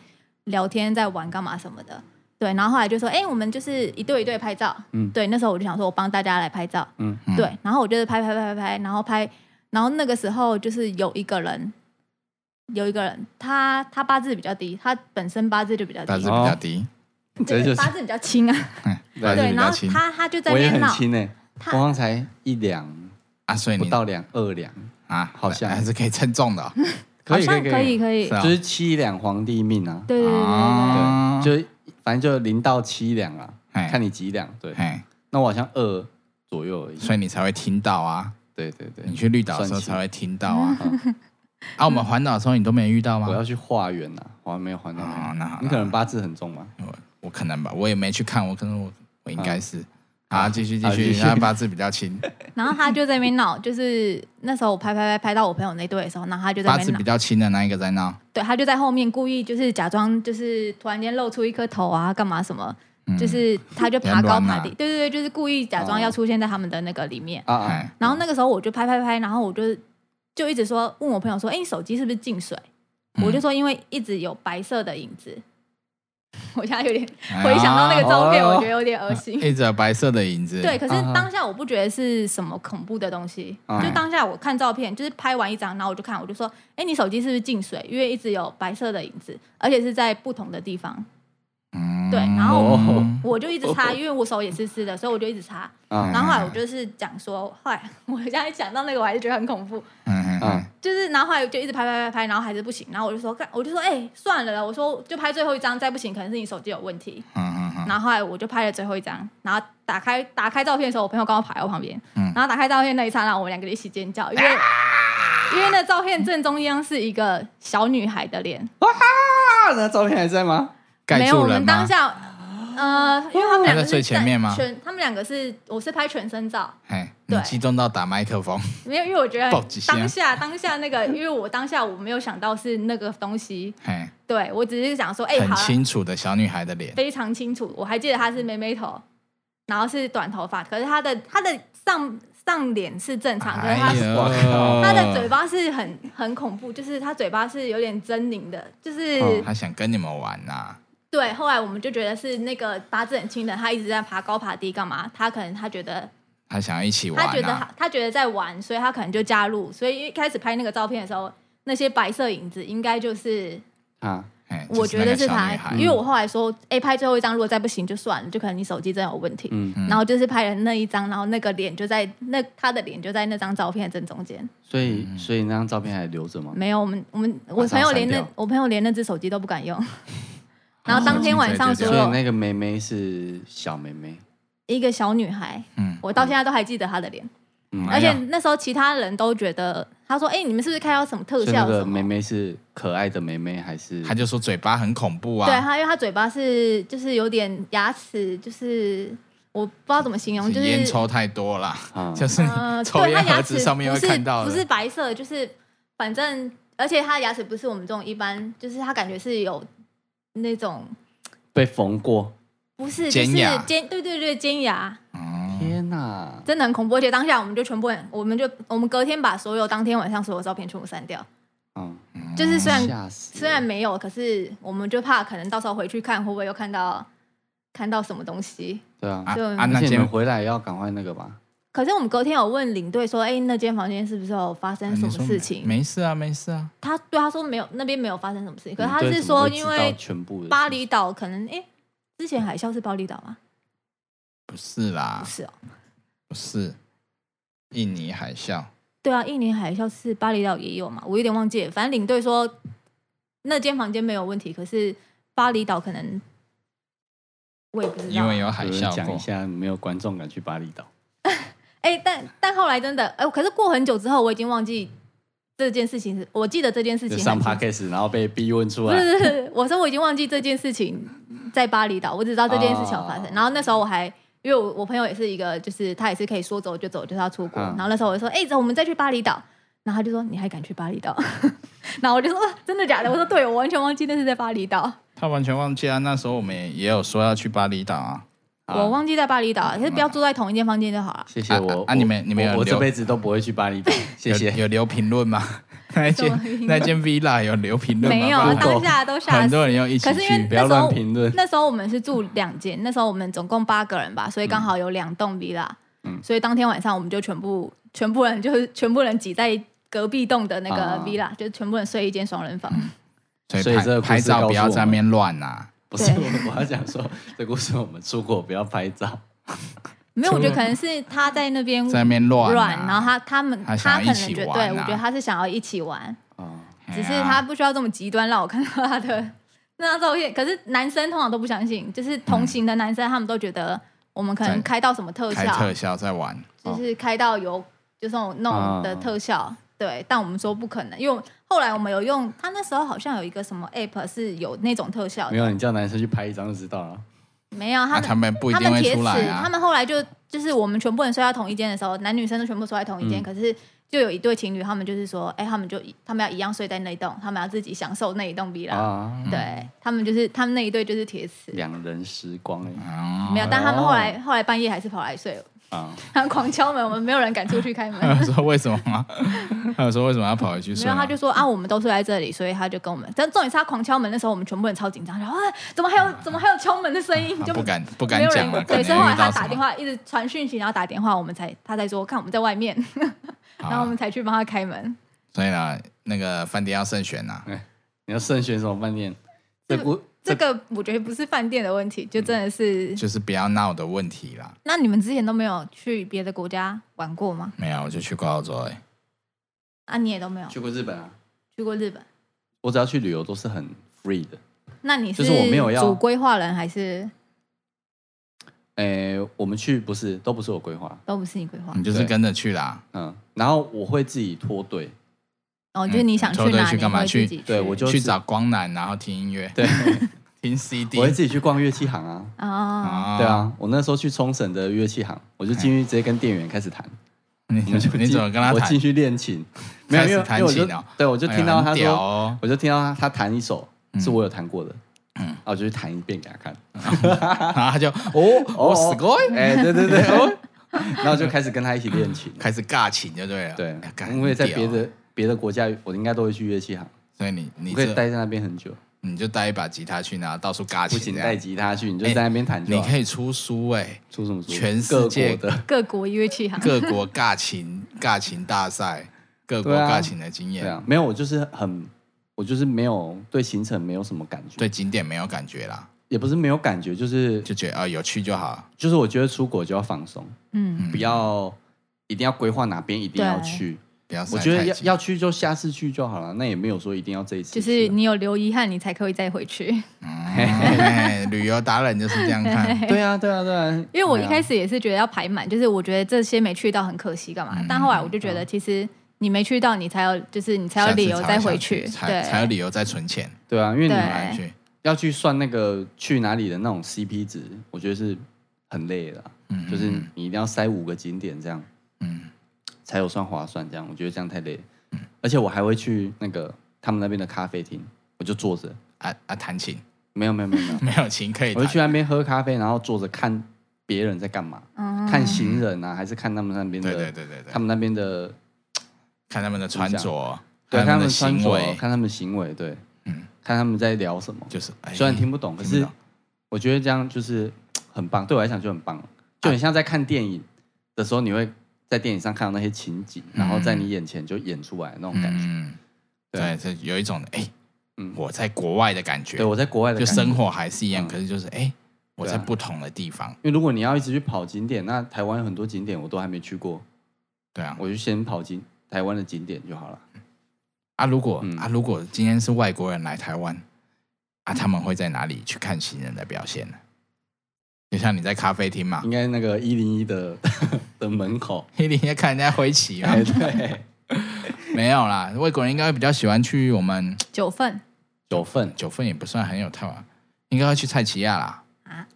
[SPEAKER 4] 聊天，在玩干嘛什么的。对，然后后来就说，哎、我们就是一对一对拍照。
[SPEAKER 2] 嗯
[SPEAKER 4] 对，那时候我就想说，我帮大家来拍照。
[SPEAKER 2] 嗯
[SPEAKER 3] 嗯
[SPEAKER 4] 对，然后我就是拍拍拍拍拍，然后拍，然后那个时候就是有一个人，有一个人，他他八字比较低，他本身八字就比较低
[SPEAKER 3] 八字，比较低，
[SPEAKER 2] 这就是
[SPEAKER 4] 八字比较轻啊。
[SPEAKER 3] 嗯，
[SPEAKER 2] 八
[SPEAKER 3] 八字
[SPEAKER 2] 字
[SPEAKER 3] 比
[SPEAKER 4] 对，然
[SPEAKER 3] 较
[SPEAKER 4] 后
[SPEAKER 3] 轻
[SPEAKER 4] 他他就在
[SPEAKER 2] 我
[SPEAKER 4] 那
[SPEAKER 2] 也
[SPEAKER 4] 边
[SPEAKER 2] 很
[SPEAKER 4] 闹，
[SPEAKER 2] 轻诶，我
[SPEAKER 4] 他
[SPEAKER 2] 刚刚才一两
[SPEAKER 3] 啊，所以
[SPEAKER 2] 不
[SPEAKER 3] 你
[SPEAKER 2] 到两二两，
[SPEAKER 3] 啊，
[SPEAKER 2] 好像
[SPEAKER 3] 还是可以称重的哦。
[SPEAKER 4] 好
[SPEAKER 2] 可以
[SPEAKER 4] 像可以
[SPEAKER 2] 以，
[SPEAKER 4] 可以，
[SPEAKER 3] 是啊
[SPEAKER 2] 就是七两皇帝命啊，
[SPEAKER 4] 对对对对对，
[SPEAKER 3] 啊哎
[SPEAKER 2] 对，就反正就零到七两啊，
[SPEAKER 3] 嘿
[SPEAKER 2] 看你几两，对，
[SPEAKER 3] 哦嘿，
[SPEAKER 2] 那我好像二左右而已，
[SPEAKER 3] 所以你才会听到啊，
[SPEAKER 2] 对对对
[SPEAKER 3] 你，去绿岛的时候
[SPEAKER 2] 算轻
[SPEAKER 3] 才会听到啊。
[SPEAKER 2] 啊
[SPEAKER 3] 啊，我们环岛的时候你都没遇到吗？
[SPEAKER 2] 我要去化缘呐，我还没有还到
[SPEAKER 3] 哦那好
[SPEAKER 2] 你可能八字很重嘛，
[SPEAKER 3] 我我可能吧，我也没去看，我可能我我应该是。
[SPEAKER 2] 啊
[SPEAKER 3] 好，继续
[SPEAKER 2] 啊
[SPEAKER 3] 继
[SPEAKER 2] 继
[SPEAKER 3] 续，
[SPEAKER 2] 续
[SPEAKER 3] 他八字比较轻，
[SPEAKER 4] 然后他就在那边闹，就是那时候我拍拍拍拍到我朋友那队的时候，然后他就在
[SPEAKER 3] 八
[SPEAKER 4] 那
[SPEAKER 3] 字
[SPEAKER 4] 边闹
[SPEAKER 3] 比，较轻的那一个在闹，
[SPEAKER 4] 对，他就在后面故意就是假装就是突然间露出一颗头啊，干嘛什么，
[SPEAKER 3] 嗯
[SPEAKER 4] 就是他就爬高
[SPEAKER 3] 嗯
[SPEAKER 4] 爬低，对对对，就是故意假装要出现在他们的那个里面。
[SPEAKER 2] 啊
[SPEAKER 3] 嘿
[SPEAKER 2] 啊，
[SPEAKER 4] 然后那个时候我就拍拍拍，然后我就就一直说问我朋友说，哎，你手机是不是进水？
[SPEAKER 3] 嗯
[SPEAKER 4] 我就说因为一直有白色的影子， 我现在有点
[SPEAKER 3] 哎
[SPEAKER 4] 回想到那个照片，
[SPEAKER 2] 哦
[SPEAKER 4] 我觉得有点恶心。
[SPEAKER 3] 一直有白色的影子。
[SPEAKER 4] 对，可是
[SPEAKER 2] 啊哈
[SPEAKER 4] 当下我不觉得是什么恐怖的东西，
[SPEAKER 2] 啊
[SPEAKER 4] 就当下我看照片，就是拍完一张，然后我就看，我就说，哎，你手机是不是进水？因为一直有白色的影子，而且是在不同的地方。
[SPEAKER 3] 嗯
[SPEAKER 4] 对然后我
[SPEAKER 2] 哦
[SPEAKER 4] 我就一直擦，因为我手也湿湿的，所以我就一直擦。
[SPEAKER 2] 啊
[SPEAKER 4] 然后后来我就是讲说， 后来我现在讲到那个，我还是觉得很恐怖。
[SPEAKER 3] 嗯嗯嗯
[SPEAKER 2] 啊，
[SPEAKER 4] 就是，然后后来我就一直拍拍拍拍，然后还是不行，然后我就说，干我就说，哎、算了啦，我说就拍最后一张，再不行可能是你手机有问题。
[SPEAKER 3] 嗯嗯嗯
[SPEAKER 4] 然后后来我就拍了最后一张，然后打开打开照片的时候，我朋友刚好跑在我旁边，
[SPEAKER 3] 嗯啊
[SPEAKER 4] 然后打开照片那一刹那，我们两个一起尖叫，因为、因为那照片正中央是一个小女孩的脸，
[SPEAKER 2] 啊那照片还在吗？
[SPEAKER 3] 盖
[SPEAKER 4] 没有，
[SPEAKER 3] 住
[SPEAKER 4] 我
[SPEAKER 3] 了
[SPEAKER 4] 们当
[SPEAKER 3] 吗？
[SPEAKER 4] 下呃，因为他们两
[SPEAKER 3] 他在
[SPEAKER 4] 个是
[SPEAKER 3] 最前面吗
[SPEAKER 4] 全他们两个是我是拍全身照，
[SPEAKER 3] 嘿，你
[SPEAKER 4] 对
[SPEAKER 3] 激动到打麦克风，
[SPEAKER 4] 没有，因为我觉得
[SPEAKER 3] 报几下
[SPEAKER 4] 当下当下那个，因为我当下我没有想到是那个东西，
[SPEAKER 3] 嘿，
[SPEAKER 4] 对我只是想说，哎、
[SPEAKER 3] 很
[SPEAKER 4] 好了，
[SPEAKER 3] 清楚的小女孩的脸，
[SPEAKER 4] 非常清楚，我还记得她是妹妹头，然后是短头发，可是她的她的上上脸是正常，可是她
[SPEAKER 3] 哎呦
[SPEAKER 2] 我靠
[SPEAKER 4] 她的嘴，巴是很很恐怖，就是她嘴巴是有点狰狞的，就是、
[SPEAKER 2] 哦
[SPEAKER 3] 她想跟你们玩呐、
[SPEAKER 4] 对。后来我们就觉得是那个八字很轻的，她一直在爬高爬低干嘛？她可能她觉得
[SPEAKER 3] 她想要一起玩、啊，
[SPEAKER 4] 他觉得他他觉得在玩，所以他可能就加入。所以一开始拍那个照片的时候，那些白色影子应该就是
[SPEAKER 2] 啊，
[SPEAKER 3] 嘿
[SPEAKER 4] 我觉得
[SPEAKER 3] 就是那个小
[SPEAKER 4] 他
[SPEAKER 3] 女，孩嗯
[SPEAKER 4] 因为我后来说，哎、拍最后一张，如果再不行就算了，就可能你手机真的有问题。
[SPEAKER 2] 嗯，
[SPEAKER 4] 然后就是拍了那一张，然后那个脸就在那他的脸就在那张照片的正中间。
[SPEAKER 2] 所以所以那张照片还留着吗？
[SPEAKER 4] 没有，我们我们我
[SPEAKER 2] 马上
[SPEAKER 4] 朋友连
[SPEAKER 2] 删
[SPEAKER 4] 那
[SPEAKER 2] 掉
[SPEAKER 4] 我朋友连那只手机都不敢用。然后当天晚上
[SPEAKER 3] 手机
[SPEAKER 4] 所
[SPEAKER 2] 所以
[SPEAKER 4] 有
[SPEAKER 2] 那个妹妹是小妹妹，
[SPEAKER 4] 一个小女孩，
[SPEAKER 3] 嗯，
[SPEAKER 4] 我到现在都还记得她的脸，
[SPEAKER 2] 嗯
[SPEAKER 4] 而且
[SPEAKER 3] 哎呀
[SPEAKER 4] 那时候其他人都觉得，他说：“哎、你们是不是看到什么特
[SPEAKER 2] 所以那
[SPEAKER 4] 效什么？”
[SPEAKER 2] 个妹妹是可爱的妹妹还是
[SPEAKER 3] 她就说嘴巴很恐怖啊，
[SPEAKER 4] 对，他因为他嘴巴是就是有点牙齿，就是我不知道怎么形容，
[SPEAKER 3] 是
[SPEAKER 4] 就
[SPEAKER 3] 烟
[SPEAKER 4] 是
[SPEAKER 3] 抽太多啦，
[SPEAKER 2] 啊
[SPEAKER 3] 就是
[SPEAKER 4] 呃，
[SPEAKER 3] 抽
[SPEAKER 4] 对，他
[SPEAKER 3] 烟盒
[SPEAKER 4] 牙
[SPEAKER 3] 子
[SPEAKER 4] 齿
[SPEAKER 3] 上面
[SPEAKER 4] 不
[SPEAKER 3] 会
[SPEAKER 4] 是
[SPEAKER 3] 看到的，
[SPEAKER 4] 不是白色，就是反正而且他的牙齿不是我们这种一般，就是他感觉是有那种
[SPEAKER 2] 被缝过？
[SPEAKER 4] 不是
[SPEAKER 3] 尖牙
[SPEAKER 4] 就是尖对对对尖牙，
[SPEAKER 3] 嗯，
[SPEAKER 2] 天哪！
[SPEAKER 4] 真的很恐怖。而且当下我们就全部很，我们就我们隔天把所有当天晚上所有照片全部删掉，
[SPEAKER 2] 嗯，
[SPEAKER 4] 就是虽然
[SPEAKER 2] 吓死了！
[SPEAKER 4] 虽然没有，可是我们就怕可能到时候回去看会不会又看到看到什么东西。
[SPEAKER 2] 对啊，
[SPEAKER 3] 啊
[SPEAKER 4] 就
[SPEAKER 3] 啊，
[SPEAKER 2] 而
[SPEAKER 3] 那
[SPEAKER 2] 且你
[SPEAKER 3] 间
[SPEAKER 2] 们回来要赶快那个吧。
[SPEAKER 4] 可是我们隔天有问领队说，哎、那间房间是不是有发
[SPEAKER 3] 啊
[SPEAKER 4] 生什么事情？
[SPEAKER 3] 没事啊，没事啊，
[SPEAKER 4] 他对他说没有，那边没有发生什么事情。可是
[SPEAKER 2] 你
[SPEAKER 4] 他
[SPEAKER 2] 嗯对
[SPEAKER 4] 是
[SPEAKER 2] 怎么
[SPEAKER 4] 说，
[SPEAKER 2] 会
[SPEAKER 4] 因
[SPEAKER 2] 知道
[SPEAKER 4] 为
[SPEAKER 2] 全部的
[SPEAKER 4] 巴
[SPEAKER 2] 事
[SPEAKER 4] 厘岛可能，哎、之前海啸是巴厘岛吗？
[SPEAKER 3] 不是啦
[SPEAKER 2] 啊
[SPEAKER 4] 不，是哦，
[SPEAKER 3] 不是，印尼海啸，
[SPEAKER 4] 对啊，印尼海啸是巴厘岛也有嘛，我有点忘记了。反正领队说那间房间没有问题，可是巴厘岛可能我也不知
[SPEAKER 3] 因
[SPEAKER 4] 道。
[SPEAKER 3] 为有海
[SPEAKER 2] 情有人
[SPEAKER 3] 啸
[SPEAKER 2] 讲一
[SPEAKER 3] 过，
[SPEAKER 2] 下，没有观众敢去巴厘岛。
[SPEAKER 4] 哎、但但后来真的，哎、可是过很久之后，我已经忘记这件事情是，我记得这件事
[SPEAKER 2] 就
[SPEAKER 4] 情
[SPEAKER 2] 上
[SPEAKER 4] 很清楚
[SPEAKER 2] podcast，然后被逼问出
[SPEAKER 4] 不
[SPEAKER 2] 来，
[SPEAKER 4] 是不是，我说我已经忘记这件事情在巴厘岛，我只知道这件事情有发生。
[SPEAKER 2] 哦
[SPEAKER 4] 然后那时候我还因为我我朋友也是一个，就是他也是可以说走就走，就是要出国。
[SPEAKER 2] 嗯
[SPEAKER 4] 然后那时候我就说，哎、走，我们再去巴厘岛。然后他就说，你还敢去巴厘岛？ 然后我就说，哇真的假的？我说对，我完全忘记那是在巴厘岛，
[SPEAKER 3] 他完全忘记啊，那时候我们也也有说要去巴厘岛啊，
[SPEAKER 2] 啊
[SPEAKER 4] 我忘记在巴厘岛，可是不要住在同一间房间就好了。
[SPEAKER 2] 谢谢我。
[SPEAKER 3] 啊啊
[SPEAKER 2] 我
[SPEAKER 3] 你们你们有
[SPEAKER 2] 我我
[SPEAKER 3] 留
[SPEAKER 2] 这辈子都不会去巴厘 岛，谢
[SPEAKER 3] 有
[SPEAKER 2] 谢。
[SPEAKER 3] 有留评论吗？ 那一
[SPEAKER 4] 什么评
[SPEAKER 3] 间
[SPEAKER 4] 论
[SPEAKER 3] 那间 villa 有留评论吗？
[SPEAKER 4] 没有
[SPEAKER 3] 不
[SPEAKER 4] 啊，
[SPEAKER 3] 然
[SPEAKER 4] 当下都吓
[SPEAKER 3] 很
[SPEAKER 4] 死。
[SPEAKER 3] 多人要一起
[SPEAKER 4] 可是因为
[SPEAKER 3] 去，
[SPEAKER 2] 不要
[SPEAKER 4] 那时候
[SPEAKER 2] 乱 评论
[SPEAKER 4] 那时候我们是住两间，那时候我们总共八个人吧，所以刚好有两栋 villa，、所以
[SPEAKER 3] 嗯
[SPEAKER 4] 当天晚上我们就全部全部人就是全部人挤在隔壁栋的那个
[SPEAKER 2] 啊
[SPEAKER 4] villa，、就全部人睡一间双人房。
[SPEAKER 3] 所
[SPEAKER 2] 所
[SPEAKER 3] 以
[SPEAKER 2] 以
[SPEAKER 3] 拍
[SPEAKER 2] 这个故事
[SPEAKER 3] 拍照
[SPEAKER 2] 告
[SPEAKER 3] 不
[SPEAKER 2] 诉
[SPEAKER 3] 要
[SPEAKER 2] 我
[SPEAKER 3] 在那边乱啊。
[SPEAKER 2] 不是，
[SPEAKER 4] 对
[SPEAKER 2] 我我要讲说，这故事我们出国不要拍照。
[SPEAKER 4] 没有，我觉得
[SPEAKER 3] 除了
[SPEAKER 4] 可能是他在那边
[SPEAKER 3] 在那边乱啊
[SPEAKER 4] 嗯软然后他他们
[SPEAKER 3] 他
[SPEAKER 4] 他
[SPEAKER 3] 想要
[SPEAKER 4] 可
[SPEAKER 3] 一
[SPEAKER 4] 能
[SPEAKER 3] 起
[SPEAKER 4] 觉得，
[SPEAKER 3] 玩啊
[SPEAKER 4] 对我觉得他是想要一起玩，
[SPEAKER 2] 哦，
[SPEAKER 4] 只是
[SPEAKER 3] 哎呀
[SPEAKER 4] 他不需要这么极端让我看到他的 那张照片。可是男生通常都不相信，就是同行的男生他们都觉得我们可能
[SPEAKER 3] 在
[SPEAKER 4] 开到什么特
[SPEAKER 3] 开
[SPEAKER 4] 效，
[SPEAKER 3] 特效在玩，啊
[SPEAKER 4] 就是开到有就是那种弄的特效，对。但我们说不可能，因为后来我们有用，他那时候好像有一个什么 app 是有那种特效
[SPEAKER 2] 没
[SPEAKER 4] 的，
[SPEAKER 2] 有，你叫男生去拍一张就知道了。
[SPEAKER 4] 没有他
[SPEAKER 3] 那
[SPEAKER 4] 们、
[SPEAKER 3] 啊他们不一
[SPEAKER 4] 他
[SPEAKER 3] 定
[SPEAKER 4] 们
[SPEAKER 3] 会
[SPEAKER 4] 铁
[SPEAKER 3] 出
[SPEAKER 4] 齿，
[SPEAKER 3] 来
[SPEAKER 4] 他
[SPEAKER 3] 啊。
[SPEAKER 4] 们后来就就是我们全部人睡在同一间的时候，男女生都全部睡在同一间，
[SPEAKER 2] 嗯
[SPEAKER 4] 可是。就有一对情侣，他们就是说，哎、他们就他们要一样睡在那一栋，他们要自己享受那一栋 villa、
[SPEAKER 3] 嗯
[SPEAKER 2] 啊，
[SPEAKER 4] 对他们就是他们那一对就是铁齿，
[SPEAKER 2] 两人时光哎
[SPEAKER 3] 啊
[SPEAKER 4] 没 有，但他们后来后来半夜还是跑来睡，
[SPEAKER 2] 啊，
[SPEAKER 4] 他们狂敲门，我们没有人敢出去开门。
[SPEAKER 3] 他有说为什么吗？ 他有说为什么要跑回去睡
[SPEAKER 4] 没有，
[SPEAKER 3] 吗？
[SPEAKER 4] 他就说啊，我们都睡在这里，所以他就跟我们。但重点是他狂敲门的时候，我们全部人超紧张，然后啊，怎么还有怎么还有敲门的声音？
[SPEAKER 3] 他
[SPEAKER 4] 就
[SPEAKER 3] 啊不敢不
[SPEAKER 4] 没
[SPEAKER 3] 敢
[SPEAKER 4] 有
[SPEAKER 3] 讲
[SPEAKER 4] 人
[SPEAKER 3] 了，可能
[SPEAKER 4] 对，所以后来
[SPEAKER 3] 遇
[SPEAKER 4] 他
[SPEAKER 3] 到什
[SPEAKER 4] 打电
[SPEAKER 3] 么。
[SPEAKER 4] 话一直传讯息，然后打电话，我们才他才说看我们在外 面，
[SPEAKER 3] 好
[SPEAKER 4] 然后我们才去帮他开门。
[SPEAKER 3] 所以呢，那个饭店要慎选啊呐。
[SPEAKER 2] 你要慎选什么饭店？这故
[SPEAKER 4] 这个我觉得不是饭店的问题，
[SPEAKER 3] 嗯
[SPEAKER 4] 就真的是。
[SPEAKER 3] 就是不要闹的问题啦。
[SPEAKER 4] 那你们之前都没有去别的国家玩过吗？
[SPEAKER 3] 没有，我就去过澳洲哎、
[SPEAKER 4] 啊，你也都没有
[SPEAKER 2] 去过日本啊，
[SPEAKER 4] 去过日本，
[SPEAKER 2] 我只要去旅游都是很 free 的。
[SPEAKER 4] 那你
[SPEAKER 2] 就是我没有要
[SPEAKER 4] 主规划人还是
[SPEAKER 2] 诶，我们去不是都不是我规划，
[SPEAKER 4] 都不是你规划？
[SPEAKER 3] 你就是
[SPEAKER 2] 对
[SPEAKER 3] 跟着去啦。
[SPEAKER 2] 嗯，然后我会自己脱队，
[SPEAKER 4] 哦，就是你想去
[SPEAKER 3] 嗯你抽
[SPEAKER 4] 哪
[SPEAKER 3] 队去
[SPEAKER 4] 你
[SPEAKER 3] 干嘛
[SPEAKER 4] 会自
[SPEAKER 3] 去
[SPEAKER 4] 己去？
[SPEAKER 2] 对我就
[SPEAKER 3] 去
[SPEAKER 2] 是
[SPEAKER 3] 找光南，然后听音乐。
[SPEAKER 2] 对，
[SPEAKER 3] 听哦 CD
[SPEAKER 2] 我会自己去逛乐器行啊。
[SPEAKER 4] 啊，
[SPEAKER 2] 对，啊，我那时候去冲绳的乐器行，我就进去直接跟店员开始谈。
[SPEAKER 3] 你
[SPEAKER 2] 我就
[SPEAKER 3] 你
[SPEAKER 2] 进
[SPEAKER 3] 怎么跟他
[SPEAKER 2] 我
[SPEAKER 3] 谈
[SPEAKER 2] 进？去练琴，没有，
[SPEAKER 3] 开始
[SPEAKER 2] 因为
[SPEAKER 3] 弹
[SPEAKER 2] 因为我
[SPEAKER 3] 琴
[SPEAKER 2] 就
[SPEAKER 3] 哦
[SPEAKER 2] 对，我就
[SPEAKER 3] 哎呦
[SPEAKER 2] 听到他
[SPEAKER 3] 很屌
[SPEAKER 2] 说，
[SPEAKER 3] 哦，
[SPEAKER 2] 我就听到他他弹一首
[SPEAKER 3] 嗯
[SPEAKER 2] 是我有弹过的，
[SPEAKER 3] 嗯
[SPEAKER 2] 然后我就去弹一遍给他看。
[SPEAKER 3] 然后他就哦哦，すごい，
[SPEAKER 2] 哎，对 对对，哦，然后就开始跟他一起练琴。
[SPEAKER 3] 开始尬琴就对了。
[SPEAKER 2] 对
[SPEAKER 3] 哎干，
[SPEAKER 2] 因为在别
[SPEAKER 3] 很屌
[SPEAKER 2] 的别的国家，我应该都会去乐器行，
[SPEAKER 3] 所以你你
[SPEAKER 2] 我可以
[SPEAKER 3] 这
[SPEAKER 2] 待在那边很久。
[SPEAKER 3] 你就带一把吉他去，然后到处尬
[SPEAKER 2] 不
[SPEAKER 3] 琴
[SPEAKER 2] 行，
[SPEAKER 3] 这
[SPEAKER 2] 带
[SPEAKER 3] 样。
[SPEAKER 2] 吉他去，你就
[SPEAKER 3] 哎
[SPEAKER 2] 在那边弹就
[SPEAKER 3] 你
[SPEAKER 2] 好。
[SPEAKER 3] 可以出书 哎，
[SPEAKER 2] 出什么书？
[SPEAKER 3] 全世
[SPEAKER 2] 各
[SPEAKER 3] 界
[SPEAKER 2] 国的，
[SPEAKER 4] 各国乐器行，
[SPEAKER 3] 各国尬琴尬琴大赛，各国
[SPEAKER 2] 对啊
[SPEAKER 3] 尬琴的经
[SPEAKER 2] 对
[SPEAKER 3] 验，
[SPEAKER 2] 啊，没有，我就是很，我就是没有对行程没有什么感觉，
[SPEAKER 3] 对景点没有感觉啦，
[SPEAKER 2] 也不是没有感觉，就是
[SPEAKER 3] 就觉得啊有趣就好。
[SPEAKER 2] 就是我觉得出国就要放松，
[SPEAKER 4] 嗯，
[SPEAKER 2] 不要一定要规划哪边一定要去，
[SPEAKER 3] 不要
[SPEAKER 2] 我
[SPEAKER 3] 塞
[SPEAKER 2] 觉得
[SPEAKER 3] 太
[SPEAKER 2] 要
[SPEAKER 3] 紧，
[SPEAKER 2] 要去就下次去就好了，那也没有说一定要这一次去啊，
[SPEAKER 4] 就是你有留遗憾，你才可以再回去。
[SPEAKER 3] 哎旅游达人就是这样看。
[SPEAKER 2] 对啊对啊对啊，
[SPEAKER 4] 因为我一开
[SPEAKER 2] 始
[SPEAKER 4] 始也是觉得要排满，就是我觉得这些没去到很可惜，干嘛？
[SPEAKER 3] 嗯
[SPEAKER 4] 但后来我就觉得，其实你没去到，你才有，就是你才有
[SPEAKER 3] 下次
[SPEAKER 4] 理由
[SPEAKER 3] 才
[SPEAKER 4] 再
[SPEAKER 3] 会
[SPEAKER 4] 回
[SPEAKER 3] 想
[SPEAKER 4] 去。
[SPEAKER 3] 才才有
[SPEAKER 4] 对，
[SPEAKER 3] 理由再存钱
[SPEAKER 2] 对啊，因为你
[SPEAKER 4] 对
[SPEAKER 3] 买去。
[SPEAKER 2] 要去算那个去哪里的那种 CP 值，我觉得是很累的啊、
[SPEAKER 3] 嗯
[SPEAKER 2] 就是
[SPEAKER 3] 嗯
[SPEAKER 2] 你一定要塞五个景点这样。
[SPEAKER 3] 嗯，
[SPEAKER 2] 才有算划算。这样我觉得这样太累了，而且我还会去那个他们那边的咖啡厅，我就坐着，
[SPEAKER 3] 啊啊，弹琴，
[SPEAKER 2] 没有没有没有没有
[SPEAKER 3] 没有琴可以
[SPEAKER 2] 我
[SPEAKER 3] 弹
[SPEAKER 2] 就去那边喝咖啡，然后坐着看别人在干嘛，
[SPEAKER 4] 嗯
[SPEAKER 2] 看行人啊，还是看他们那边
[SPEAKER 3] 对对
[SPEAKER 2] 的，
[SPEAKER 3] 对对对
[SPEAKER 2] 他，们那边的，
[SPEAKER 3] 看他们的穿着，
[SPEAKER 2] 对，看
[SPEAKER 3] 他
[SPEAKER 2] 他
[SPEAKER 3] 的
[SPEAKER 2] 们穿
[SPEAKER 3] 行
[SPEAKER 2] 着，
[SPEAKER 3] 为，
[SPEAKER 2] 看他们行为，对，
[SPEAKER 3] 嗯
[SPEAKER 2] 看他们在聊什么。
[SPEAKER 3] 就是哎
[SPEAKER 2] 虽然听不懂，可
[SPEAKER 3] 听不
[SPEAKER 2] 是
[SPEAKER 3] 懂
[SPEAKER 2] 我觉得这样就是很棒，对我来讲就很棒，就很像在看电影的时候，你会在电影上看到那些情景，然后在你眼前就演出来那种感觉。
[SPEAKER 3] 嗯，
[SPEAKER 2] 对啊
[SPEAKER 3] 对，这有一种哎
[SPEAKER 2] 嗯，
[SPEAKER 3] 我在国外的感觉
[SPEAKER 2] 对，我在国外的
[SPEAKER 3] 就
[SPEAKER 2] 感觉
[SPEAKER 3] 生活还是一样，
[SPEAKER 2] 嗯
[SPEAKER 3] 可是就是哎，我在
[SPEAKER 2] 对啊
[SPEAKER 3] 不同的地方，
[SPEAKER 2] 因为如果你要一直去跑景点，那台湾有很多景点我都还没去过，
[SPEAKER 3] 对啊
[SPEAKER 2] 我就先跑景台湾的景点就好了。
[SPEAKER 3] 啊，如果
[SPEAKER 2] 嗯
[SPEAKER 3] 啊如果今天是外国人来台湾，啊，他们会在哪里去看行人的表现呢？就像你在咖啡厅嘛
[SPEAKER 2] 应，该那个一零一的 的 门口，
[SPEAKER 3] 一定要看人家挥旗嘛
[SPEAKER 2] 哎，，对，
[SPEAKER 3] 没有啦，外国人应该会比较喜欢去我们
[SPEAKER 4] 九份
[SPEAKER 2] 九份，
[SPEAKER 3] 九份也不算很有台湾，应该会去菜奇亚啦，
[SPEAKER 4] 啊，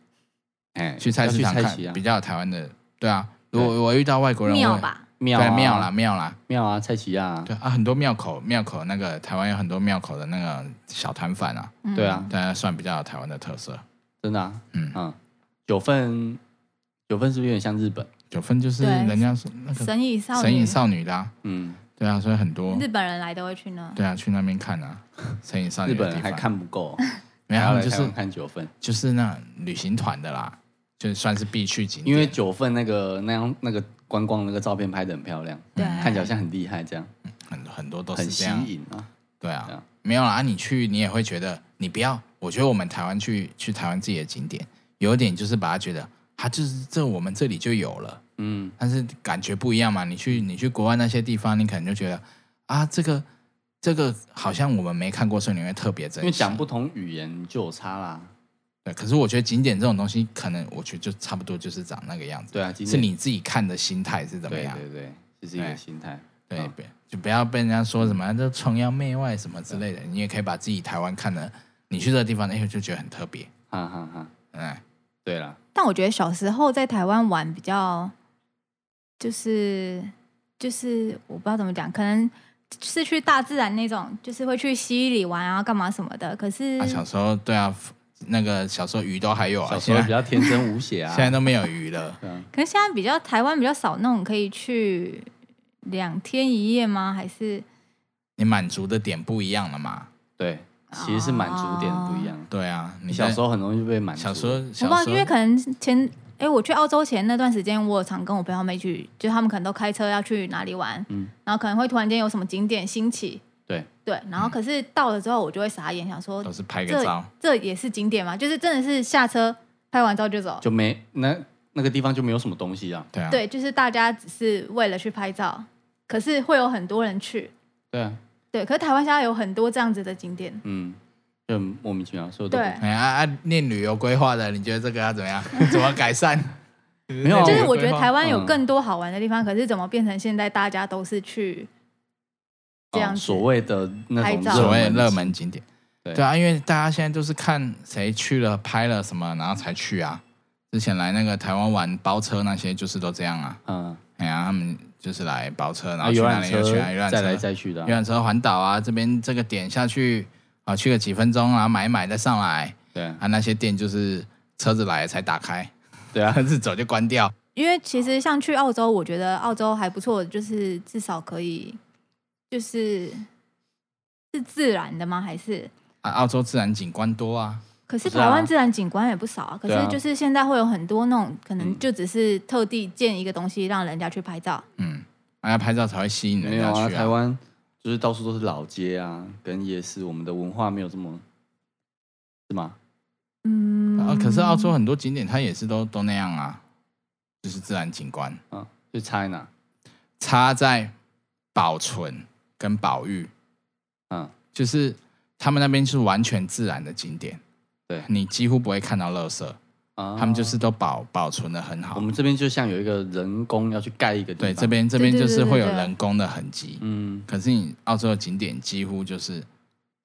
[SPEAKER 2] 哎，
[SPEAKER 3] 去菜市场
[SPEAKER 2] 要去菜
[SPEAKER 3] 看
[SPEAKER 2] 奇啊
[SPEAKER 3] 比，较有台湾的，对啊。如果我遇到外国人，
[SPEAKER 4] 庙
[SPEAKER 3] 我也，
[SPEAKER 4] 吧，
[SPEAKER 2] 庙
[SPEAKER 3] 对
[SPEAKER 2] 啊
[SPEAKER 3] 庙啦，庙啦，
[SPEAKER 2] 庙啊，菜奇啊，
[SPEAKER 3] 对啊，很多庙口庙口那个台湾有很多庙口的那个小摊贩啊，
[SPEAKER 4] 嗯
[SPEAKER 2] 对啊，
[SPEAKER 3] 大家算比较有台湾的特色。
[SPEAKER 2] 真的啊，
[SPEAKER 3] 嗯
[SPEAKER 2] 嗯，九份，九份是不是有点像日本？
[SPEAKER 3] 九份就是
[SPEAKER 4] 对
[SPEAKER 3] 人家说那个
[SPEAKER 4] 神隐少
[SPEAKER 3] 神
[SPEAKER 4] 女
[SPEAKER 3] 隐，少女的、啊，
[SPEAKER 2] 嗯，
[SPEAKER 3] 对啊，所以很多
[SPEAKER 4] 日本人来都会去呢。
[SPEAKER 3] 对啊去那边看啊，神隐少女
[SPEAKER 2] 日
[SPEAKER 3] 的
[SPEAKER 2] 本
[SPEAKER 3] 地
[SPEAKER 2] 人还
[SPEAKER 3] 方，
[SPEAKER 2] 看不够，
[SPEAKER 3] 没有他
[SPEAKER 2] 还要
[SPEAKER 3] 们
[SPEAKER 2] 来
[SPEAKER 3] 就
[SPEAKER 2] 台湾
[SPEAKER 3] 是
[SPEAKER 2] 看九份，
[SPEAKER 3] 就是那旅行团的啦，就算是必去景点，
[SPEAKER 2] 因为九份那个那样那个观光那个照片拍的很漂亮，
[SPEAKER 4] 对
[SPEAKER 2] 看起来好像很厉害，这样
[SPEAKER 3] 很很多都
[SPEAKER 2] 很
[SPEAKER 3] 是这
[SPEAKER 2] 吸
[SPEAKER 3] 样，
[SPEAKER 2] 引啊，
[SPEAKER 3] 对啊，
[SPEAKER 2] 对啊
[SPEAKER 3] 没有啦，啊你去你也会觉得你不要，我觉得我们台湾去去台湾自己的景点，有一点就是把它觉得它就是这我们这里就有了，
[SPEAKER 2] 嗯，
[SPEAKER 3] 但是感觉不一样嘛。你去你去国外那些地方，你可能就觉得啊，这个这个好像我们没看过，所以你会特别珍惜。
[SPEAKER 2] 因为讲不同语言你就有差啦。
[SPEAKER 3] 对，可是我觉得景点这种东西，可能我觉得就差不多就是长那个样子，
[SPEAKER 2] 对啊，今
[SPEAKER 3] 是
[SPEAKER 2] 天
[SPEAKER 3] 你自己看的心态是怎么
[SPEAKER 2] 对
[SPEAKER 3] 样。哎
[SPEAKER 2] 对对，这是一
[SPEAKER 3] 对
[SPEAKER 2] 个心态。
[SPEAKER 3] 对，
[SPEAKER 2] 嗯
[SPEAKER 3] 不就不要被人家说什么啊这崇洋媚外什么之类的，你也可以把自己台湾看的，你去这个地方，哎、我就觉得很特别，
[SPEAKER 2] 哈哈哈。
[SPEAKER 3] 嗯，
[SPEAKER 2] 对啦，
[SPEAKER 4] 但我觉得小时候在台湾玩比较，就是就是我不知道怎么讲，可能是去大自然那种，就是会去溪里玩啊，干嘛什么的。可是
[SPEAKER 3] 啊，小时候对啊，那个小时候鱼都还有啊，
[SPEAKER 2] 嗯小
[SPEAKER 3] 现
[SPEAKER 2] 时候
[SPEAKER 3] 在
[SPEAKER 2] 比较天真无邪啊。
[SPEAKER 3] 现在都没有鱼了。
[SPEAKER 2] 对啊
[SPEAKER 4] 可是现在比较台湾比较少那种可以去两天一夜吗？还是
[SPEAKER 3] 你满足的点不一样了嘛？
[SPEAKER 2] 对，其实是满足点不一样。
[SPEAKER 3] 对啊，
[SPEAKER 2] 你
[SPEAKER 3] 你
[SPEAKER 2] 小时
[SPEAKER 3] 候
[SPEAKER 2] 候很容易就被满足。
[SPEAKER 3] 哦小时候
[SPEAKER 4] 我
[SPEAKER 3] 小
[SPEAKER 4] 不知道，
[SPEAKER 3] 时
[SPEAKER 4] 因为
[SPEAKER 3] 候
[SPEAKER 4] 可能前哎、我去澳洲前那段时间，我有常跟我朋友们去，就他们可能都开车要去哪里玩，
[SPEAKER 2] 嗯
[SPEAKER 4] 然后可能会突然间有什么景点兴起，
[SPEAKER 2] 对
[SPEAKER 4] 对，
[SPEAKER 3] 嗯
[SPEAKER 4] 然后可是到了之后，我就会傻眼，想说
[SPEAKER 3] 都是拍个
[SPEAKER 4] 这
[SPEAKER 3] 照，
[SPEAKER 4] 这也是景点吗？就是真的是下车拍完照就走，
[SPEAKER 2] 就没那那个地方就没有什么东西啊。
[SPEAKER 3] 对啊，
[SPEAKER 4] 对，就是大家只是为了去拍照，可是会有很多人去，
[SPEAKER 2] 对啊，
[SPEAKER 4] 对，可是台湾现在有很多这样子的景点，
[SPEAKER 2] 嗯，就很莫名其妙，所以我都
[SPEAKER 4] 对。
[SPEAKER 3] 哎啊啊，念旅游规划的，你觉得这个要怎 么样？怎么改善？
[SPEAKER 2] 没有啊，
[SPEAKER 4] 就是
[SPEAKER 2] 我
[SPEAKER 4] 我觉得台湾有
[SPEAKER 2] 嗯
[SPEAKER 4] 更多好玩的地方，可是怎么变成现在大家都是去这
[SPEAKER 2] 嗯
[SPEAKER 4] 样子？
[SPEAKER 2] 所谓的那
[SPEAKER 4] 拍
[SPEAKER 2] 种
[SPEAKER 4] 照
[SPEAKER 3] 所谓
[SPEAKER 2] 门
[SPEAKER 3] 热门景点，
[SPEAKER 2] 对
[SPEAKER 3] 对啊，因为大家现在都是看谁去了拍了什么，然后才去啊。之前来那个台湾玩包车那些，就是都这样啊。
[SPEAKER 2] 嗯，
[SPEAKER 3] 哎呀，他们就是来包车，然
[SPEAKER 2] 啊，
[SPEAKER 3] 后去
[SPEAKER 2] 游
[SPEAKER 3] 哪
[SPEAKER 2] 览
[SPEAKER 3] 里
[SPEAKER 2] 车
[SPEAKER 3] 就去哪里，游览
[SPEAKER 2] 再来
[SPEAKER 3] 车，
[SPEAKER 2] 再去的
[SPEAKER 3] 游
[SPEAKER 2] 啊，
[SPEAKER 3] 览车环岛啊，这边这个点下去啊，去个几分钟，然后买一买再上来
[SPEAKER 2] 对啊
[SPEAKER 3] 啊。那些店就是车子来才打开，
[SPEAKER 2] 对啊，
[SPEAKER 3] 车子走就关掉。
[SPEAKER 4] 因为其实像去澳洲，我觉得澳洲还不错，就是至少可以，就是是自然的吗？还是？
[SPEAKER 3] 啊，澳洲自然景观多啊，
[SPEAKER 4] 可是
[SPEAKER 2] 不是啊
[SPEAKER 4] 台湾自然景观也不少啊，可
[SPEAKER 2] 对啊
[SPEAKER 4] 是就是现在会有很多那种可能
[SPEAKER 2] 嗯
[SPEAKER 4] 就只是特地建一个东西让人家去拍照，
[SPEAKER 3] 嗯，啊要拍照才会吸引
[SPEAKER 2] 没
[SPEAKER 3] 人
[SPEAKER 2] 有
[SPEAKER 3] 家
[SPEAKER 2] 啊，
[SPEAKER 3] 去
[SPEAKER 2] 台湾就是到处都是老街啊，跟夜市，我们的文化没有这么，是吗？
[SPEAKER 4] 嗯，
[SPEAKER 3] 啊，可是澳洲很多景点它也是都都那样啊，就是自然景观，
[SPEAKER 2] 啊，就差在哪？
[SPEAKER 3] 差在保存跟保育，
[SPEAKER 2] 嗯，
[SPEAKER 3] 就是他们那边是完全自然的景点，
[SPEAKER 2] 对
[SPEAKER 3] 你几乎不会看到垃圾，
[SPEAKER 2] 啊，
[SPEAKER 3] 他们就是都保保存的很
[SPEAKER 2] 我
[SPEAKER 3] 好。
[SPEAKER 2] 们嗯这边就像有一个人工要去盖一个地
[SPEAKER 3] 对，
[SPEAKER 2] 方，
[SPEAKER 3] 这，边这边
[SPEAKER 4] 对
[SPEAKER 3] 就
[SPEAKER 4] 对
[SPEAKER 3] 是
[SPEAKER 4] 对
[SPEAKER 3] 会有
[SPEAKER 4] 对对
[SPEAKER 3] 人工的痕迹，
[SPEAKER 2] 嗯，
[SPEAKER 3] 可是你澳洲的景点几乎就是。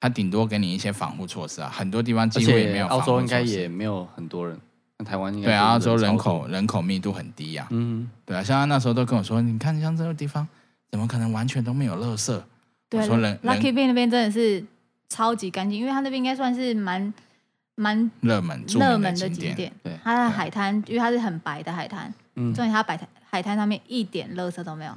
[SPEAKER 3] 它顶多给你一些防护措施啊，很多地方
[SPEAKER 2] 而
[SPEAKER 3] 几乎也没
[SPEAKER 2] 且
[SPEAKER 3] 有防
[SPEAKER 2] 澳
[SPEAKER 3] 护
[SPEAKER 2] 洲
[SPEAKER 3] 措施。
[SPEAKER 2] 应该也没有很多人，那台湾应该
[SPEAKER 3] 对啊，澳洲
[SPEAKER 2] 就是超
[SPEAKER 3] 人
[SPEAKER 2] 多，
[SPEAKER 3] 口人口密度很低呀、
[SPEAKER 2] 嗯，
[SPEAKER 3] 对啊，像他那时候都跟我说，你看像这个地方，怎么可能完全都没有垃圾？
[SPEAKER 4] 对
[SPEAKER 3] 我说人
[SPEAKER 4] ，Lucky Bay 那边真的是超级干净，因为它那边应该算是蛮蛮
[SPEAKER 3] 热门著
[SPEAKER 4] 热
[SPEAKER 3] 名
[SPEAKER 4] 门的
[SPEAKER 3] 景
[SPEAKER 4] 景
[SPEAKER 3] 点，
[SPEAKER 4] 点
[SPEAKER 2] 对，啊
[SPEAKER 4] 它的海滩，因为它是很白的海滩，
[SPEAKER 2] 嗯
[SPEAKER 4] 重点它白滩海滩上面一点垃圾都没有，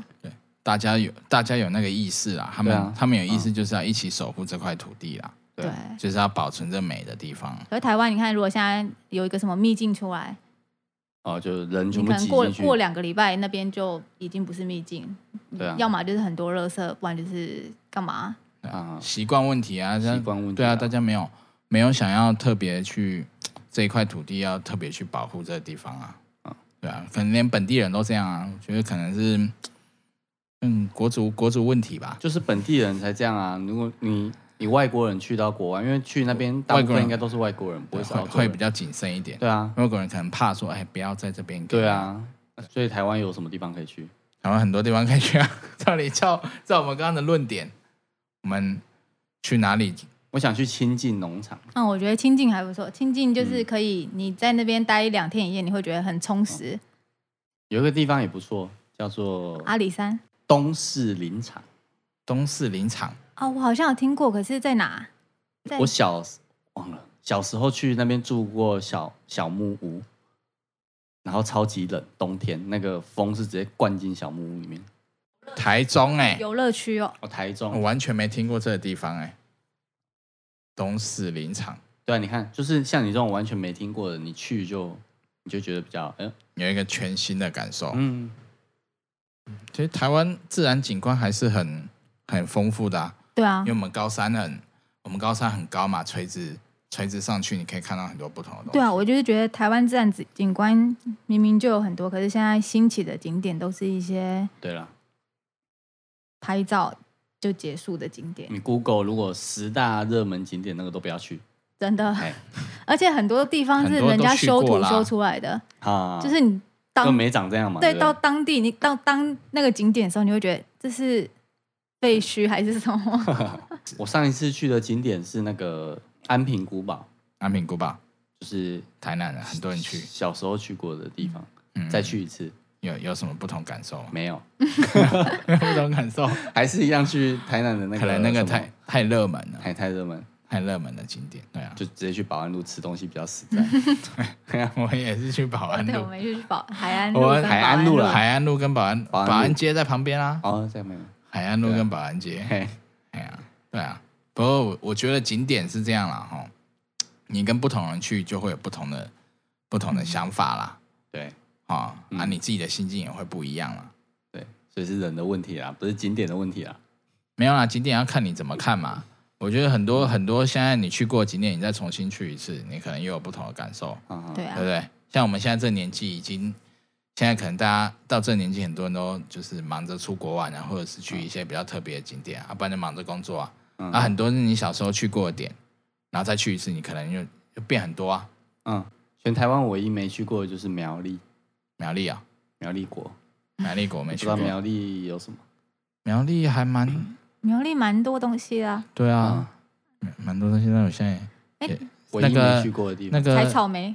[SPEAKER 3] 大家有大家有那个意识啦，他们、
[SPEAKER 2] 对啊
[SPEAKER 3] 他们有意识就是要一起守护这块土地啦，
[SPEAKER 2] 对
[SPEAKER 4] 对。
[SPEAKER 3] 就是要保存这美的地方。
[SPEAKER 4] 可是台湾，你看，如果现在有一个什么秘境出来，
[SPEAKER 2] 哦，就人全部
[SPEAKER 4] 你可能
[SPEAKER 2] 挤
[SPEAKER 4] 过
[SPEAKER 2] 进去，啊
[SPEAKER 4] 过两个礼拜，那边就已经不是秘境，
[SPEAKER 2] 对啊，
[SPEAKER 4] 要么就是很多垃圾，不然就是干嘛？
[SPEAKER 2] 啊，
[SPEAKER 3] 习惯问题啊，
[SPEAKER 2] 习
[SPEAKER 3] 像
[SPEAKER 2] 惯问题，
[SPEAKER 3] 对啊，大家没有没有想要特别去这一块土地要特别去保护这个地方啊
[SPEAKER 2] 啊，
[SPEAKER 3] 对啊，可能连本地人都这样啊，我觉得可能是嗯国族国族问题吧，
[SPEAKER 2] 就是本地人才这样啊。如果你你外国人去到国外，因为去那边大部
[SPEAKER 3] 外国
[SPEAKER 2] 分
[SPEAKER 3] 人
[SPEAKER 2] 应该都是外国人，不
[SPEAKER 3] 会
[SPEAKER 2] 会是澳洲
[SPEAKER 3] 会
[SPEAKER 2] 人
[SPEAKER 3] 比。较谨慎一点。
[SPEAKER 2] 对啊，
[SPEAKER 3] 外国人可能怕说，哎，不要在这边。
[SPEAKER 2] 对，啊，所以台湾有什么地方可以去？
[SPEAKER 3] 台湾很多地方可以去啊。 照理照照我们刚刚的论点，我们去哪里？
[SPEAKER 2] 我想去亲近农场，
[SPEAKER 4] 那、我觉得清境还不错，清境就是
[SPEAKER 2] 嗯
[SPEAKER 4] 可以你在那边待一两天一夜，你会觉得很充
[SPEAKER 2] 嗯
[SPEAKER 4] 实。
[SPEAKER 2] 有一个地方也不错，叫做
[SPEAKER 4] 阿里山
[SPEAKER 2] 东势林场。
[SPEAKER 3] 东势林场，
[SPEAKER 4] 啊、我好像有听过，可是在哪？在
[SPEAKER 2] 我小忘了，小时候去那边住过小小木屋，然后超级冷，冬天那个风是直接灌进小木屋里面。
[SPEAKER 3] 台中哎、
[SPEAKER 4] 游乐区哦，
[SPEAKER 2] 哦，台
[SPEAKER 3] 我
[SPEAKER 2] 中，
[SPEAKER 3] 完全没听过这个地方哎、东势林场
[SPEAKER 2] 对啊，你看，就是像你这种完全没听过的，你去就你就觉得比较，嗯、
[SPEAKER 3] 有一个全新的感受。
[SPEAKER 2] 嗯，
[SPEAKER 3] 其实台湾自然景观还是很很丰富的、啊，
[SPEAKER 4] 对啊
[SPEAKER 3] 因
[SPEAKER 2] 嗯
[SPEAKER 3] 为，我们高山很，我们高山很高嘛，垂直垂直上去，你可以看到很多不同的东西。
[SPEAKER 4] 对啊，我就是觉得台湾自然景景观明明就有很多，可是现在兴起的景点都是一些
[SPEAKER 2] 对了，
[SPEAKER 4] 拍照就结束的景点，
[SPEAKER 2] 你 Google 如果十大热门景点那个都不要去，
[SPEAKER 4] 真的
[SPEAKER 2] 哎。
[SPEAKER 4] 而且很多地方
[SPEAKER 3] 很
[SPEAKER 4] 是
[SPEAKER 3] 多
[SPEAKER 4] 人
[SPEAKER 3] 都
[SPEAKER 4] 家
[SPEAKER 3] 去
[SPEAKER 4] 修
[SPEAKER 3] 过
[SPEAKER 4] 图
[SPEAKER 3] 啦嗯
[SPEAKER 4] 修出来的，
[SPEAKER 2] 啊，
[SPEAKER 4] 就是你
[SPEAKER 2] 都
[SPEAKER 4] 当
[SPEAKER 2] 没长这样嘛，
[SPEAKER 4] 对
[SPEAKER 2] 对不对，
[SPEAKER 4] 到当地你到当那个景点的时候，你会觉得这是废墟还是什 么？
[SPEAKER 2] 我上一次去的景点是那个安平古堡，
[SPEAKER 3] 安平古堡，
[SPEAKER 2] 就是
[SPEAKER 3] 台南人啊很多人去，
[SPEAKER 2] 小时候去过的地方，
[SPEAKER 3] 嗯
[SPEAKER 2] 再去一次
[SPEAKER 3] 有有什么不同感受吗？
[SPEAKER 2] 没有，
[SPEAKER 3] 不同感受，
[SPEAKER 2] 还是一样去台南的那个，
[SPEAKER 3] 可能那个太太热门了，
[SPEAKER 2] 太太热门，
[SPEAKER 3] 太热门的景点。对啊，
[SPEAKER 2] 就直接去保安路吃东西比较实在。
[SPEAKER 3] 我也是去保安
[SPEAKER 4] 哦对，我
[SPEAKER 3] 路，
[SPEAKER 4] 们去保海岸
[SPEAKER 3] 我
[SPEAKER 4] 路
[SPEAKER 3] 们
[SPEAKER 4] 跟
[SPEAKER 2] 海
[SPEAKER 4] 保
[SPEAKER 2] 岸
[SPEAKER 4] 安
[SPEAKER 2] 路啦
[SPEAKER 3] 海岸路跟保安
[SPEAKER 2] 保安路
[SPEAKER 3] 保安街在旁边啊，
[SPEAKER 2] 哦，这样没有，
[SPEAKER 3] 海岸路
[SPEAKER 2] 对啊
[SPEAKER 3] 跟保安街。
[SPEAKER 2] 嘿，
[SPEAKER 3] 哎呀，对啊。不过我我觉得景点是这样啦，哈，你跟不同人去就会有不同的不同的想法啦，
[SPEAKER 2] 对
[SPEAKER 3] 啊
[SPEAKER 2] 嗯
[SPEAKER 3] 啊，你自己的心境也会不一样啦。
[SPEAKER 2] 对，所以是人的问题啦，不是景点的问题啦。
[SPEAKER 3] 没有啦，景点要看你怎么看嘛。我觉得很多很多现在你去过的景点，你再重新去一次，你可能又有不同的感受。
[SPEAKER 2] 啊，
[SPEAKER 4] 对
[SPEAKER 3] 对不
[SPEAKER 4] 啊，
[SPEAKER 3] 对？像我们现在这年纪，已经现在可能大家到这年纪，很多人都就是忙着出国玩啊，或者是去一些比较特别的景点啊，不然就忙着工作啊。
[SPEAKER 2] 嗯
[SPEAKER 3] 啊，很多是你小时候去过的点，然后再去一次，你可能又又变很多啊。
[SPEAKER 2] 嗯，全台湾唯一没去过的就是苗栗，
[SPEAKER 3] 苗栗啊，
[SPEAKER 2] 苗栗国，
[SPEAKER 3] 苗栗国没
[SPEAKER 2] 不知
[SPEAKER 3] 去
[SPEAKER 2] 道
[SPEAKER 3] 过，
[SPEAKER 2] 苗栗有什么？
[SPEAKER 3] 苗栗还蛮
[SPEAKER 4] 苗栗蛮多东西啊，
[SPEAKER 3] 对啊，蛮多东西，那我现在
[SPEAKER 2] 嗯唯
[SPEAKER 3] 那
[SPEAKER 2] 一
[SPEAKER 3] 个
[SPEAKER 2] 没去过的地
[SPEAKER 3] 那
[SPEAKER 2] 方。
[SPEAKER 3] 个
[SPEAKER 4] 采草莓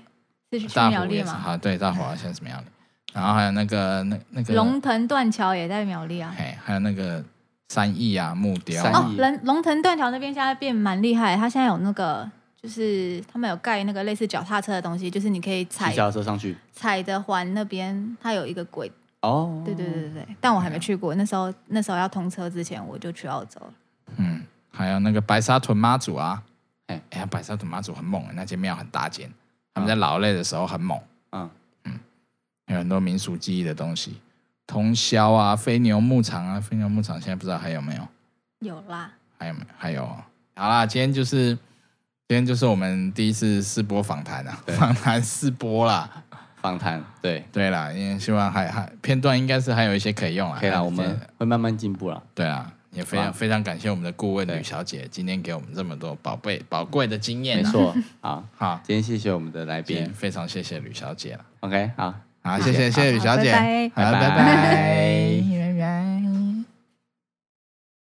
[SPEAKER 4] 是去去
[SPEAKER 3] 大
[SPEAKER 4] 苗
[SPEAKER 3] 湖
[SPEAKER 4] 栗
[SPEAKER 3] 也是，
[SPEAKER 4] 吗？
[SPEAKER 3] 好，对，大湖好像是苗栗，然后还有那个那那个
[SPEAKER 4] 龙腾断桥也在苗栗啊。
[SPEAKER 3] 嘿，还有那个三义啊，木雕
[SPEAKER 2] 三
[SPEAKER 3] 啊
[SPEAKER 4] 哦
[SPEAKER 2] 义，
[SPEAKER 4] 龙龙腾断桥那边现在变蛮厉害，它现在有那个，就是他们有盖那个类似脚踏车的东西，就是你可以踩
[SPEAKER 2] 骑脚踏车上去
[SPEAKER 4] 踩着环那边，它有一个轨。
[SPEAKER 2] 哦，
[SPEAKER 4] 对对对对对，但我还
[SPEAKER 2] 嗯
[SPEAKER 4] 没去过，那时候那时候要通车之前我就去澳洲了。
[SPEAKER 3] 嗯，还有那个白沙屯妈祖啊，哎
[SPEAKER 2] 哎
[SPEAKER 3] 哎呀，白沙屯妈祖很猛，欸那间庙很大间，他们在劳累的时候很猛，
[SPEAKER 2] 嗯，
[SPEAKER 3] 有很多民俗记忆的东西，通宵啊，飞牛牧场啊，飞牛牧场现在不知道还有没有，
[SPEAKER 4] 有啦，
[SPEAKER 3] 还有没有？还有哦，好啦，今天就是今天就是我们第一次试播访谈啊，
[SPEAKER 2] 对
[SPEAKER 3] 访谈试播啦。
[SPEAKER 2] 访谈对，
[SPEAKER 3] 对啦，因为希望还还片段应该是还有一些可以用啊。
[SPEAKER 2] 可以啦，
[SPEAKER 3] 还
[SPEAKER 2] 我们会慢慢进步啦。
[SPEAKER 3] 对啊，也非常
[SPEAKER 2] 好吧
[SPEAKER 3] 非常感谢我们的顾问
[SPEAKER 2] 对
[SPEAKER 3] 吕小姐今天给我们这么多宝贝宝贵的经验、啊。
[SPEAKER 2] 没， 错，好，
[SPEAKER 3] 好，
[SPEAKER 2] 今天谢哎谢我们的来
[SPEAKER 3] 今天
[SPEAKER 2] 宾
[SPEAKER 3] 非常谢谢吕小姐了。
[SPEAKER 2] ，OK，好。
[SPEAKER 3] 好，谢谢谢谢吕小姐，
[SPEAKER 4] 好拜拜
[SPEAKER 3] 好，拜
[SPEAKER 2] 拜
[SPEAKER 3] 拜。